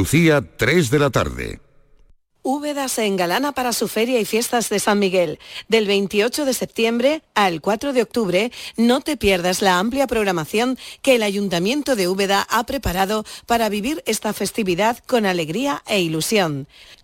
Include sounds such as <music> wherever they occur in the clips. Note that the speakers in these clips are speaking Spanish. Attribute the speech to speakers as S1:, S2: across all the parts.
S1: Andalucía, 3 de la tarde.
S2: Úbeda se engalana para su feria y fiestas de San Miguel. Del 28 de septiembre al 4 de octubre, no te pierdas la amplia programación que el Ayuntamiento de Úbeda ha preparado para vivir esta festividad con alegría e ilusión.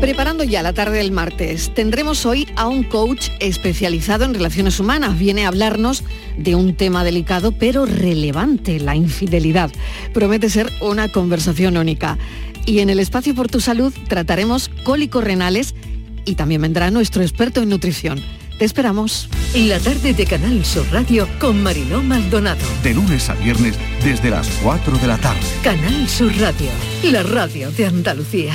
S3: Preparando ya la tarde del martes, tendremos hoy a un coach especializado en relaciones humanas. Viene a hablarnos de un tema delicado pero relevante, la infidelidad. Promete ser una conversación única. Y en el espacio por tu salud trataremos cólicos renales y también vendrá nuestro experto en nutrición. Te esperamos.
S4: La tarde de Canal Sur Radio con Mariló Maldonado.
S5: De lunes a viernes desde las 4 de la tarde.
S4: Canal Sur Radio, la radio de Andalucía.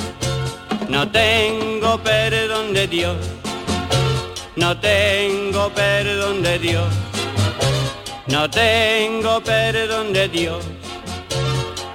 S6: No tengo perdón de Dios, no tengo perdón de Dios, no tengo perdón de Dios.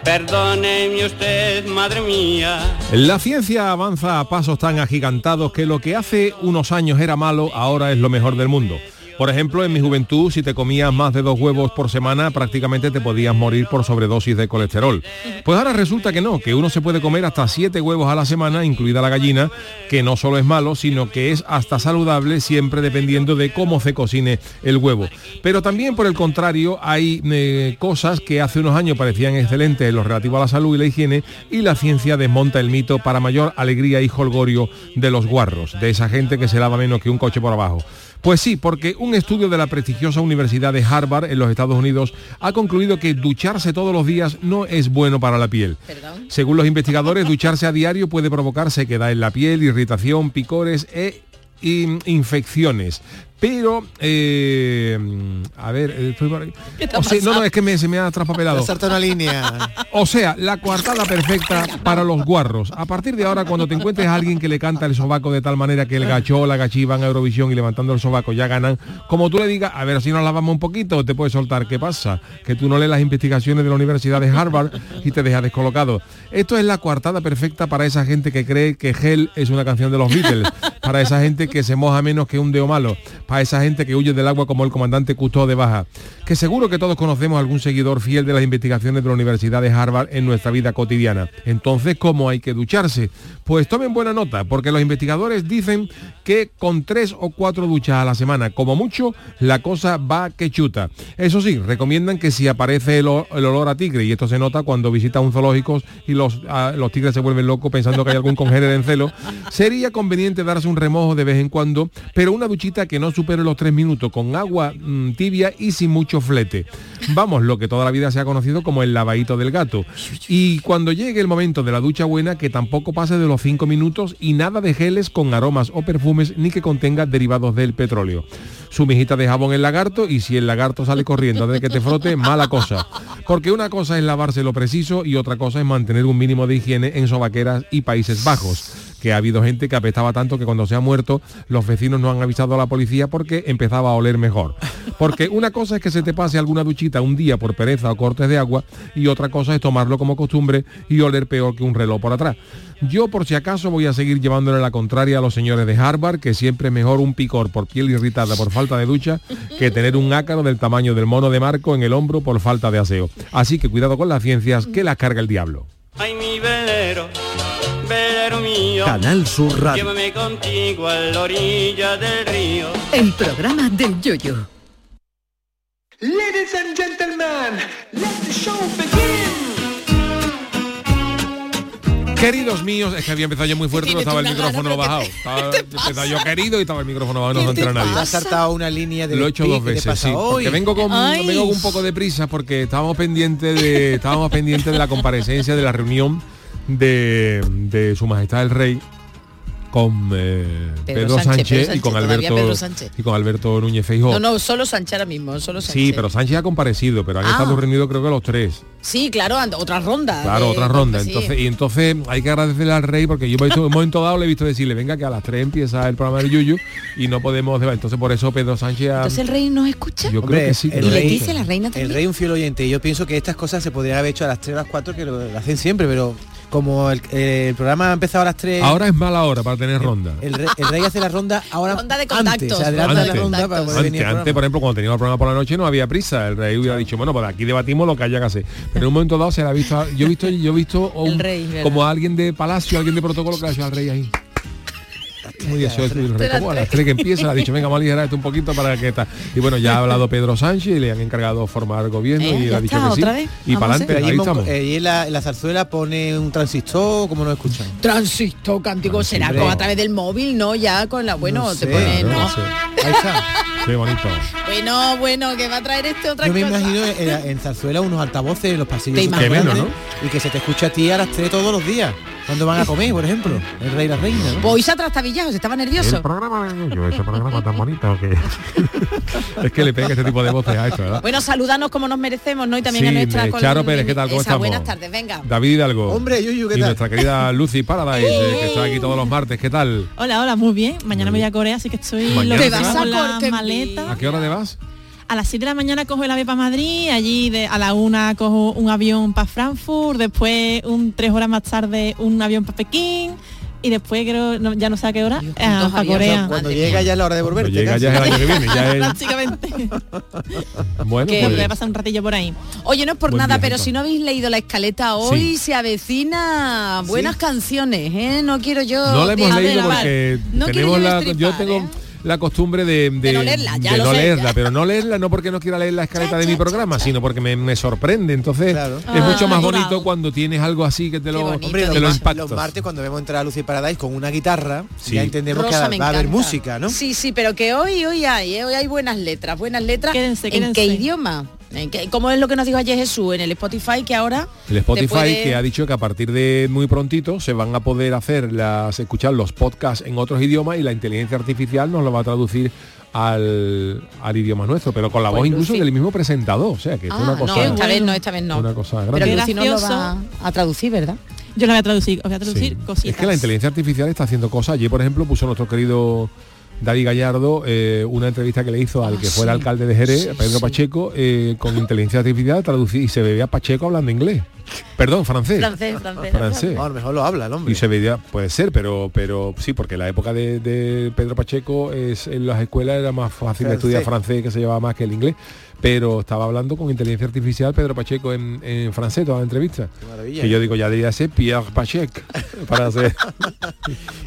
S6: Perdóneme usted, madre mía.
S7: La ciencia avanza a pasos tan agigantados que lo que hace unos años era malo, ahora es lo mejor del mundo. Por ejemplo, en mi juventud, si te comías más de dos huevos por semana, prácticamente te podías morir por sobredosis de colesterol. Pues ahora resulta que no, que uno se puede comer hasta siete huevos a la semana, incluida la gallina, que no solo es malo, sino que es hasta saludable, siempre dependiendo de cómo se cocine el huevo. Pero también, por el contrario, hay eh, cosas que hace unos años parecían excelentes en lo relativo a la salud y la higiene, y la ciencia desmonta el mito para mayor alegría y jolgorio de los guarros, de esa gente que se lava menos que un coche por abajo. Pues sí, porque un estudio de la prestigiosa Universidad de Harvard en los Estados Unidos ha concluido que ducharse todos los días no es bueno para la piel.
S8: ¿Perdón?
S7: Según los investigadores, ducharse a diario puede provocar sequedad en la piel, irritación, picores e in- infecciones. Pero, eh, a ver, eh, estoy por ahí.
S9: ¿Qué te ha
S7: O sea, no,
S9: pasado?
S7: no, es que me- se me ha traspapelado.
S9: Te has saltado una línea.
S7: O sea, la coartada perfecta para los guarros. A partir de ahora, cuando te encuentres a alguien que le canta el sobaco de tal manera que el gacho o la gachí van a Eurovisión y levantando el sobaco ya ganan, como tú le digas, a ver si nos lavamos un poquito, te puedes soltar. ¿Qué pasa? Que tú no lees las investigaciones de la Universidad de Harvard y te dejas descolocado. Esto es la coartada perfecta para esa gente que cree que Gel es una canción de los Beatles, para esa gente que se moja menos que un dedo malo, para esa gente que huye del agua como el comandante Cousteau de Baja, que seguro que todos conocemos a algún seguidor fiel de las investigaciones de la Universidad de Harvard en nuestra vida cotidiana. Entonces, ¿cómo hay que ducharse? Pues tomen buena nota, porque los investigadores dicen que con tres o cuatro duchas a la semana, como mucho, la cosa va que chuta. Eso sí, recomiendan que si aparece el, o- el olor a tigre, y esto se nota cuando visitas un zoológico y los, ah, los tigres se vuelven locos pensando que hay algún congénere en celo, sería conveniente darse un remojo de vez en cuando, pero una duchita que no supere los tres minutos, con agua mm, tibia y sin mucho flete. Vamos, lo que toda la vida se ha conocido como el lavadito del gato. Y cuando llegue el momento de la ducha buena, que tampoco pase de los cinco minutos y nada de geles con aromas o perfumes ni que contenga derivados del petróleo. Su mijita de jabón el lagarto y si el lagarto sale corriendo antes de que te frote, mala cosa. Porque una cosa es lavarse lo preciso y otra cosa es mantener un mínimo de higiene en sobaqueras y Países Bajos que ha habido gente que apestaba tanto que cuando se ha muerto los vecinos no han avisado a la policía porque empezaba a oler mejor. Porque una cosa es que se te pase alguna duchita un día por pereza o cortes de agua y otra cosa es tomarlo como costumbre y oler peor que un reloj por atrás. Yo por si acaso voy a seguir llevándole la contraria a los señores de Harvard, que siempre es mejor un picor por piel irritada por falta de ducha que tener un ácaro del tamaño del mono de Marco en el hombro por falta de aseo. Así que cuidado con las ciencias que las carga el diablo.
S6: Ay, mi velero, velero mío,
S8: Canal Sur Radio.
S6: Llévame contigo a la orilla del río.
S4: El programa del yoyo.
S9: Ladies and gentlemen, let the show begin.
S7: Queridos míos, es que había empezado yo muy fuerte, pero
S10: Tiene
S7: estaba el
S10: tú una gana,
S7: micrófono
S10: pero
S7: bajado.
S10: ¿qué te-
S7: Estaba-
S10: qué te
S7: empezaba
S10: pasa?
S7: yo querido y estaba el micrófono bajado, no
S10: ¿Qué te
S7: entra nadie.
S10: pasa?
S8: Has saltado una línea de
S7: Lo he hecho dos veces, sí. Porque vengo, con,
S10: Ay.
S7: vengo con un poco de prisa porque estábamos pendientes
S10: <laughs>
S7: de, estábamos pendientes de la comparecencia de la reunión de, de su majestad el rey con eh, Pedro,
S10: Pedro Sánchez,
S7: Sánchez,
S10: Pedro
S7: y con
S10: Sánchez, todavía
S7: Alberto
S10: Pedro Sánchez.
S7: y con Alberto Núñez Feijóo.
S10: No, no, solo Sánchez ahora mismo, solo Sánchez.
S7: sí, pero Sánchez ha comparecido, pero han
S10: Ah.
S7: estado reunidos creo que los tres.
S10: Sí, claro, and- otra ronda.
S7: Claro,
S10: de-
S7: otra ronda.
S10: sí.
S7: Entonces, y entonces hay que agradecerle al rey porque yo he visto- en un momento dado le he visto decirle, venga que a las 3 empieza el programa del Yuyu y no podemos. Entonces por eso Pedro Sánchez ha-
S10: Entonces el rey no escucha.
S7: yo creo que sí. que
S10: el
S7: lo ha
S10: rey-
S7: hecho.
S10: Leticia, la reina también.
S8: El rey un fiel oyente. Y yo pienso que estas cosas se podrían haber hecho a las 3 o las 4, que lo, lo hacen siempre, pero como el, el programa ha empezado a las 3...
S7: Ahora es mala hora para tener ronda.
S8: El re- el rey, hace la ronda ahora
S10: Ronda de contactos,
S8: antes, se adelanta
S7: ronda de
S8: la ronda para poder
S7: Antes,
S8: venir al
S7: antes, por
S8: programa.
S7: ejemplo, cuando teníamos el programa por la noche no había prisa. El rey hubiera dicho, bueno, pues aquí debatimos lo que haya que hacer. Pero en un momento dado se le ha visto, a- yo he visto, yo he visto a un-
S10: El rey, ¿verdad?
S7: como a alguien de palacio, alguien de protocolo que le ha hecho al rey ahí. Muy deseoso, y el rey, como a las tres que empieza, le ha dicho, venga, vamos a aligerar esto un poquito para que está. Y bueno, ya ha hablado Pedro Sánchez y le han encargado formar gobierno
S10: Eh,
S7: y le
S10: ya
S7: ha dicho
S10: está,
S7: que sí.
S10: otra vez.
S7: Y
S10: Vamos
S7: para
S10: a hacer.
S7: adelante,
S10: eh,
S8: Pero allí,
S7: ahí
S8: en Mon-
S7: estamos.
S8: allí en la, en la zarzuela pone un transistor, como no escuchan.
S10: Transistor, cántico, será
S8: hombre.
S10: como a través del móvil, ¿no? Ya con la. Bueno,
S8: No
S10: te
S8: sé,
S10: pone.
S7: Claro,
S10: no.
S7: sí.
S8: Ahí está.
S7: Qué bonito.
S10: Bueno, bueno, que va a traer este otra
S8: Yo me
S10: cosa.
S8: imagino en, en zarzuela unos altavoces en los pasillos.
S10: Te
S8: esos
S10: imaginas.
S8: grandes,
S7: Qué bueno,
S8: Y que se te escucha a ti a las 3 todos los días. Cuando van a comer, por ejemplo. El rey y la reina. ¿no?
S10: Voy a trastabillados, estaba nervioso.
S7: programa de Yuyu, ese programa tan bonito que... es que le pega este tipo de voces a esto, ¿verdad?
S10: Bueno, saludanos como nos merecemos, ¿no? Y también a
S7: Sí,
S10: nuestra
S7: eh,
S10: col-
S7: Charo Pérez, ¿qué tal? ¿Cómo
S10: Esa,
S7: estamos?
S10: Buenas tardes, venga.
S7: David Hidalgo.
S8: Hombre, Yuyu, ¿qué
S7: Y
S8: tal?
S7: nuestra
S10: <laughs>
S7: querida Lucy Paradise, eh, que está aquí todos los martes, ¿qué tal?
S11: Hola, hola, muy bien. Mañana me voy a Corea, así que estoy
S7: Mañana
S11: lo
S7: te
S11: que
S7: vas
S11: tengo
S10: a
S11: con la
S10: Cor- que-
S7: ¿A
S11: maleta.
S7: qué hora te vas?
S11: A las 7 de la mañana cojo el ave para Madrid, allí de, a la una cojo un avión para Frankfurt, después un tres horas más tarde un avión para Pekín y después creo, no- ya no sé a qué hora, ah,
S10: Dios, cuántos
S11: para
S10: aviones,
S11: Corea.
S10: cuántos-
S8: Cuando
S10: Madre
S8: llega
S10: mía.
S8: ya es la hora de volver.
S7: Cuando Pues llega ya es el año que viene,
S11: <laughs>
S7: ya
S10: <laughs>
S7: es... <laughs>
S11: Prácticamente.
S7: Bueno,
S11: Porque voy a
S7: pues,
S11: pasar un ratillo por ahí.
S10: Oye, no es por
S7: Buen
S10: nada,
S7: viaje,
S10: pero
S7: Juan.
S10: si no habéis leído la escaleta hoy, se avecina buenas canciones, ¿eh? No quiero yo...
S7: no la hemos
S10: dejar de
S7: leído
S10: lavar.
S7: porque
S10: No quiero
S7: tenemos
S10: yo
S7: la...
S10: destripar,
S7: Yo tengo...
S10: ¿eh?
S7: La costumbre de, de-
S10: De no leerla, ya
S7: de
S10: lo
S7: no
S10: sé.
S7: leerla, pero no leerla no porque no quiera leer la escaleta de mi programa, sino porque me, me sorprende. Entonces
S8: Claro.
S7: es mucho
S11: Ah,
S7: más
S11: natural.
S7: bonito cuando tienes algo así que te lo,
S10: bonito,
S8: Hombre,
S7: te lo
S8: los, mar- los
S7: impactas.
S8: martes cuando vemos entrar a Lucy Paradise con una guitarra,
S7: Sí.
S8: ya entendemos
S10: Rosa, me
S8: que va a haber
S10: encanta.
S8: música, ¿no?
S10: Sí, sí, pero que hoy, hoy hay, ¿eh? hoy hay buenas letras, buenas letras.
S11: Quédense,
S10: ¿En
S11: quédense.
S10: qué idioma? ¿En qué- ¿Cómo es lo que nos dijo ayer Jesús en el Spotify que ahora?
S7: El
S10: te
S7: Spotify
S10: puede-
S7: que ha dicho que a partir de muy prontito se van a poder hacer las escuchar los podcasts en otros idiomas y la inteligencia artificial nos lo va a traducir al, al idioma nuestro, pero con la
S10: Pues
S7: voz incluso
S10: Lucy.
S7: del mismo presentador, o sea que es
S10: Ah,
S7: una
S10: no,
S7: cosa ¿eh?
S10: esta
S11: Qué
S10: vez
S11: bueno.
S10: no, esta vez no.
S7: una cosa
S10: Pero
S7: grande.
S11: Qué
S10: Lucy no lo va
S11: gracioso.
S10: a traducir, ¿verdad?
S11: Yo la voy a traducir, os voy a
S7: Sí.
S11: traducir cositas.
S7: Es que la inteligencia artificial está haciendo cosas. Ayer, por ejemplo, puso nuestro querido David Gallardo eh, una entrevista que le hizo al
S10: Ah,
S7: que fuera
S10: sí.
S7: alcalde de Jerez,
S10: Sí,
S7: Pedro
S10: sí.
S7: Pacheco, eh, con inteligencia artificial traducir y se veía Pacheco hablando inglés. Perdón,
S10: Francés, francés.
S7: Francés.
S8: No, a lo mejor lo habla el hombre.
S7: Y se veía, puede ser, pero pero sí, porque la época de, de Pedro Pacheco es en las escuelas era más fácil
S8: Francés.
S7: estudiar francés que se llevaba más que el inglés. Pero estaba hablando con inteligencia artificial Pedro Pacheco en, en francés toda la entrevista.
S8: maravilla. ¿eh?
S7: Que yo digo, ya debería ser Pierre
S8: <laughs>
S7: Pacheco para hacer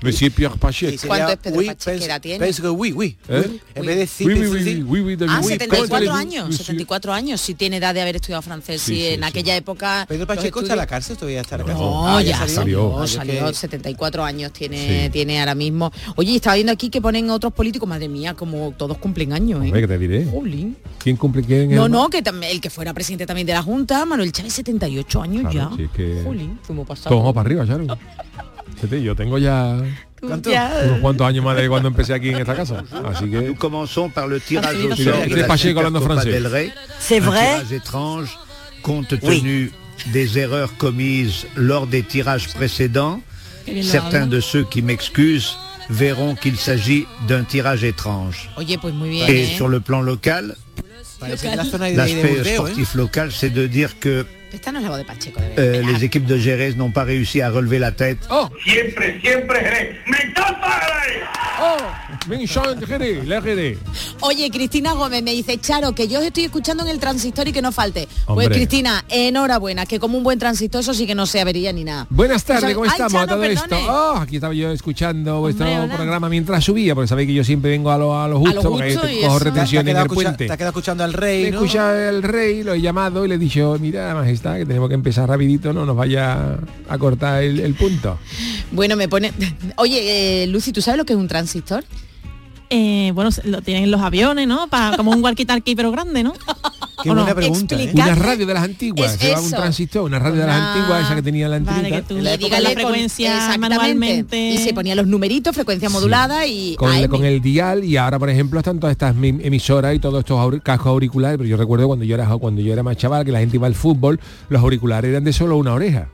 S7: Monsieur Pierre
S8: Y
S7: Pacheco.
S8: sería,
S10: ¿Cuánto es Pedro
S8: "Oui,
S10: Pacheco?
S8: pens-
S10: ¿Qué edad tiene?
S8: pens- que oui, oui".
S7: ¿Eh?
S8: En vez de sí,
S7: Oui, oui,
S8: pens-
S7: oui,
S8: sí.
S7: oui, oui, David,
S10: Ah,
S7: oui, cuéntale,
S10: 74
S7: oui,
S10: años,
S7: oui, sí.
S10: 74 años. Si tiene edad de haber estudiado francés,
S7: Sí,
S10: sí,
S7: sí,
S10: en
S7: sí.
S10: aquella época.
S8: Pedro
S10: los
S8: Pacheco está en la
S10: estudios-
S8: cárcel, todavía está en la cárcel.
S10: No,
S8: Ah,
S10: ya,
S7: salió.
S10: salió,
S8: Ah, yo
S10: salió,
S8: que-
S10: 74 años tiene,
S7: Sí.
S10: tiene ahora mismo. Oye, y estaba viendo aquí que ponen otros políticos, madre mía, como todos cumplen años,
S7: Hombre,
S10: ¿eh?
S7: que te diré.
S10: Jolín.
S7: ¿Quién cumple quién?
S10: No,
S7: es?
S10: no, que también el que fuera presidente también de la Junta, Manuel Chávez, 78 años
S7: Claro,
S10: ya.
S7: sí, es que-
S10: Jolín, fuimos pasados.
S7: Todos vamos para arriba,
S10: <laughs>
S7: Charo. Fíjate, Yo tengo ya
S8: ¿Cuánto?
S7: unos cuantos años más de cuando empecé aquí en esta casa. Así que...
S12: Commençons par le tirage au
S7: Sí,
S12: sort
S7: este
S12: de la
S7: Pacheco
S12: Supercopa
S7: hablando francés.
S12: del Rey.
S2: C'est
S12: Un
S2: vrai
S12: tirage étrange, compte
S2: Oui.
S12: tenu des erreurs commises lors des tirages précédents. Certains de ceux qui m'excusent verront qu'il s'agit d'un tirage étrange.
S10: Oye, pues muy bien.
S12: Et
S10: ¿eh?
S12: sur le plan local,
S8: Parece que la zona de, de, de
S12: l'aspect
S8: Burdeos, ¿eh?
S12: sportif local, c'est de dire que
S10: Esta no es la voz de Pacheco, de
S12: euh,
S10: verdad.
S12: les équipes de Jerez n'ont pas réussi à relever la tête
S9: Siempre, siempre Jerez. ¡Me encanta Jerez!
S7: Vincent Jerez, la Jerez.
S10: Oye, Cristina Gómez me dice, Charo, que yo os estoy escuchando en el transistor y que no falte. Pues
S7: Hombre.
S10: Cristina, enhorabuena, que como un buen transistor eso sí que no se avería ni nada.
S7: Buenas tardes,
S10: Pues,
S7: ¿cómo
S10: ay,
S7: estamos a
S10: Charo,
S7: todo esto?
S10: perdone.
S7: Oh, aquí estaba yo escuchando vuestro
S10: hola.
S7: programa mientras subía, porque sabéis que yo siempre vengo a lo, a lo justo, porque ahí te- cojo retenciones en el puente.
S8: Te has quedado escuchando al rey,
S7: He
S8: ¿no?
S7: escuchado al rey, lo he llamado y le he dicho, mira, majestad, que tenemos que empezar rapidito, no nos vaya a cortar el, el punto.
S10: Bueno, me pone... Oye, eh, Lucy, ¿tú sabes lo que es un transistor?
S11: Eh, bueno, se- lo tienen en los aviones, ¿no? Pa- como un walkie-talkie pero grande,
S10: <laughs>
S11: ¿no?
S7: Qué
S8: Ah,
S11: ¿O no?
S7: buena pregunta, ¿eh?
S11: Explicadme-
S7: Una radio de las antiguas,
S11: Es
S7: llevaba un
S11: eso.
S7: transistor, una radio de las
S11: Ah,
S7: antiguas, esa que tenía la antenita.
S11: Vale, que tú
S10: Y
S11: le digas la
S10: dígale con-
S11: frecuencia
S10: exactamente.
S11: manualmente.
S10: Y se ponía los numeritos, frecuencia modulada y...
S7: con,
S10: AM.
S7: el, con el dial y ahora por ejemplo están todas estas mi- emisoras y todos estos auri- cascos auriculares pero yo recuerdo cuando yo era jo- cuando yo era más chaval que la gente iba al fútbol los auriculares eran de solo una oreja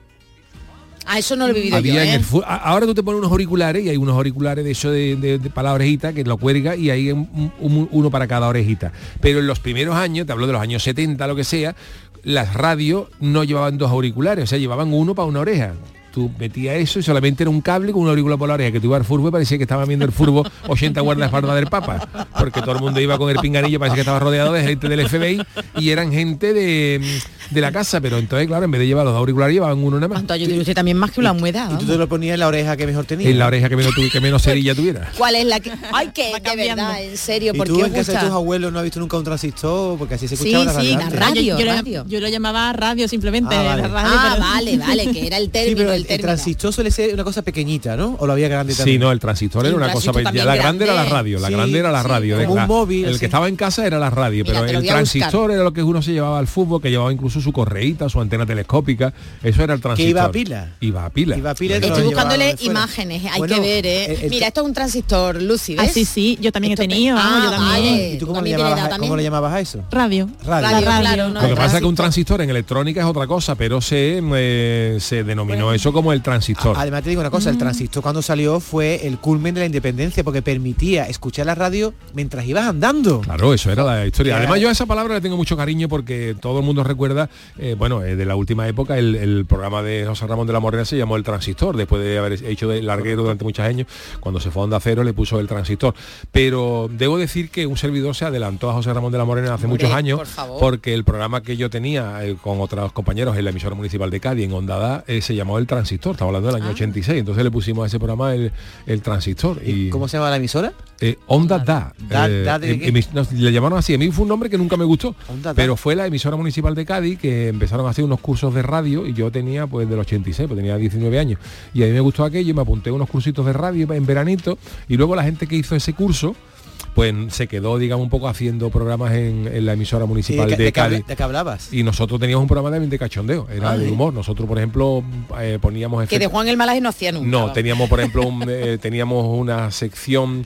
S10: Ah, eso no lo he vivido
S7: Había
S10: yo,
S7: en
S10: ¿eh?
S7: el fu- a- ahora tú te pones unos auriculares y hay unos auriculares de eso de, de, de para la orejita que lo cuelga y hay un- un- uno para cada orejita pero en los primeros años te hablo de los años 70 lo que sea las radios no llevaban dos auriculares o sea llevaban uno para una oreja Tú metías eso y solamente era un cable con un auricular por la oreja, que tú ibas al furbo y parecía que estaba viendo el furbo
S10: <laughs>
S7: 80 guardaespaldas del Papa, porque todo el mundo iba con el pinganillo, parecía que estaba rodeado de gente del FBI y eran gente de, de la casa, pero entonces, claro, en vez de llevar los dos auriculares, llevaban uno nada más.
S10: Yo digo, usted también más que una mueda.
S8: Y tú te lo ponías en la oreja que mejor tenías.
S7: En la oreja que menos, tuvi- que menos cerilla tuviera.
S10: ¿Cuál es la que...? Ay, que de verdad, en serio,
S8: ¿Y
S10: porque
S8: tú
S10: os
S8: en casa de
S10: gusta?
S8: tus abuelos no has visto nunca un transistor? Porque así se
S10: Sí,
S8: escuchaba la
S10: sí,
S8: radio.
S10: la
S8: antes.
S10: radio,
S11: yo, lo-
S10: radio.
S11: yo lo llamaba radio simplemente.
S8: Ah, vale.
S11: la radio,
S10: Ah,
S11: pero-
S10: vale, vale, que era el
S8: Sí,
S10: término,
S8: pero el,
S10: el
S8: el
S10: término.
S8: transistor suele ser una cosa pequeñita, ¿no? O lo había grande
S7: Sí,
S8: también.
S7: no, el transistor era
S8: Sí,
S7: una
S8: un
S7: cosa
S8: transistor
S7: pequeña. La
S8: también
S7: grande era la
S8: grande.
S7: radio, la
S8: Sí,
S7: grande era la
S8: sí,
S7: radio.
S8: como
S7: de-
S8: un móvil,
S7: el
S8: sí.
S7: que estaba en casa era la radio,
S8: Mira,
S7: pero el
S8: te lo voy a buscar.
S7: transistor era lo que uno se llevaba al fútbol, que llevaba incluso su correíta, su antena telescópica. Eso era el transistor.
S8: iba a pila.
S7: Iba a pila.
S8: Iba a pila y te
S10: Estoy
S8: lo
S10: buscándole
S8: llevaban de fuera.
S10: imágenes, hay
S8: Bueno,
S10: que ver, ¿eh?
S8: el- el-
S10: Mira, esto es un transistor, Lucy,
S11: <laughs>
S10: ¿ves?
S11: Ah, sí, sí, yo también he tenido.
S10: Ah,
S11: vamos, yo también.
S10: vale.
S8: ¿Y tú cómo,
S10: También
S8: le
S10: tiene
S8: llamabas,
S10: edad,
S8: a-
S10: también.
S8: cómo le llamabas a eso?
S11: Radio.
S8: Radio.
S11: La radio.
S10: claro,
S7: Lo que pasa es que un transistor en electrónica es otra cosa, pero se, eh, se denominó eso como el transistor.
S8: Además te digo una
S10: Mm.
S8: cosa, el transistor cuando salió fue el culmen de la independencia porque permitía escuchar la radio mientras ibas andando.
S7: Claro, eso era la historia.
S8: Era-
S7: Además, yo a esa palabra le tengo mucho cariño porque todo el mundo recuerda, eh, bueno, eh, de la última época, el, el programa de José Ramón de la Morena se llamó El Transistor, después de haber hecho de larguero durante muchos años. Cuando se fue a Onda Cero le puso El Transistor. Pero debo decir que un servidor se adelantó a José Ramón de la Morena hace
S13: Hombre,
S7: muchos años
S13: por favor.
S7: porque el programa que yo tenía eh, con otros compañeros en la emisora municipal de Cádiz, en Ondada, eh, se llamó El Transistor. Estaba hablando del año 86. Entonces le pusimos a ese programa El, el Transistor. Y,
S8: ¿Cómo se llama la emisora?
S7: eh, Onda Da.
S8: Da-
S7: Eh,
S8: Da de
S7: em-
S8: qué?
S7: emis- no, le llamaron así. A mí fue un nombre que nunca me gustó.
S8: Onda Da.
S7: Pero fue la emisora municipal de Cádiz que empezaron a hacer unos cursos de radio y yo tenía pues del 86, pues tenía 19 años. Y a mí me gustó aquello y me apunté a unos cursitos de radio en veranito y luego la gente que hizo ese curso pues se quedó, digamos, un poco haciendo programas en, en la emisora
S8: Sí,
S7: municipal
S8: qué-
S7: de,
S8: Eh, de qué habla-
S7: Cádiz.
S8: de qué hablabas?
S7: Y nosotros teníamos un programa también de cachondeo, era
S10: Ah,
S7: de
S10: sí.
S7: humor. Nosotros, por ejemplo, eh, poníamos
S10: Que de
S7: efectos-
S10: Juan el Malaje no hacía nunca.
S7: no,
S10: vamos.
S7: teníamos, por ejemplo,
S10: <laughs>
S7: un, eh, teníamos una sección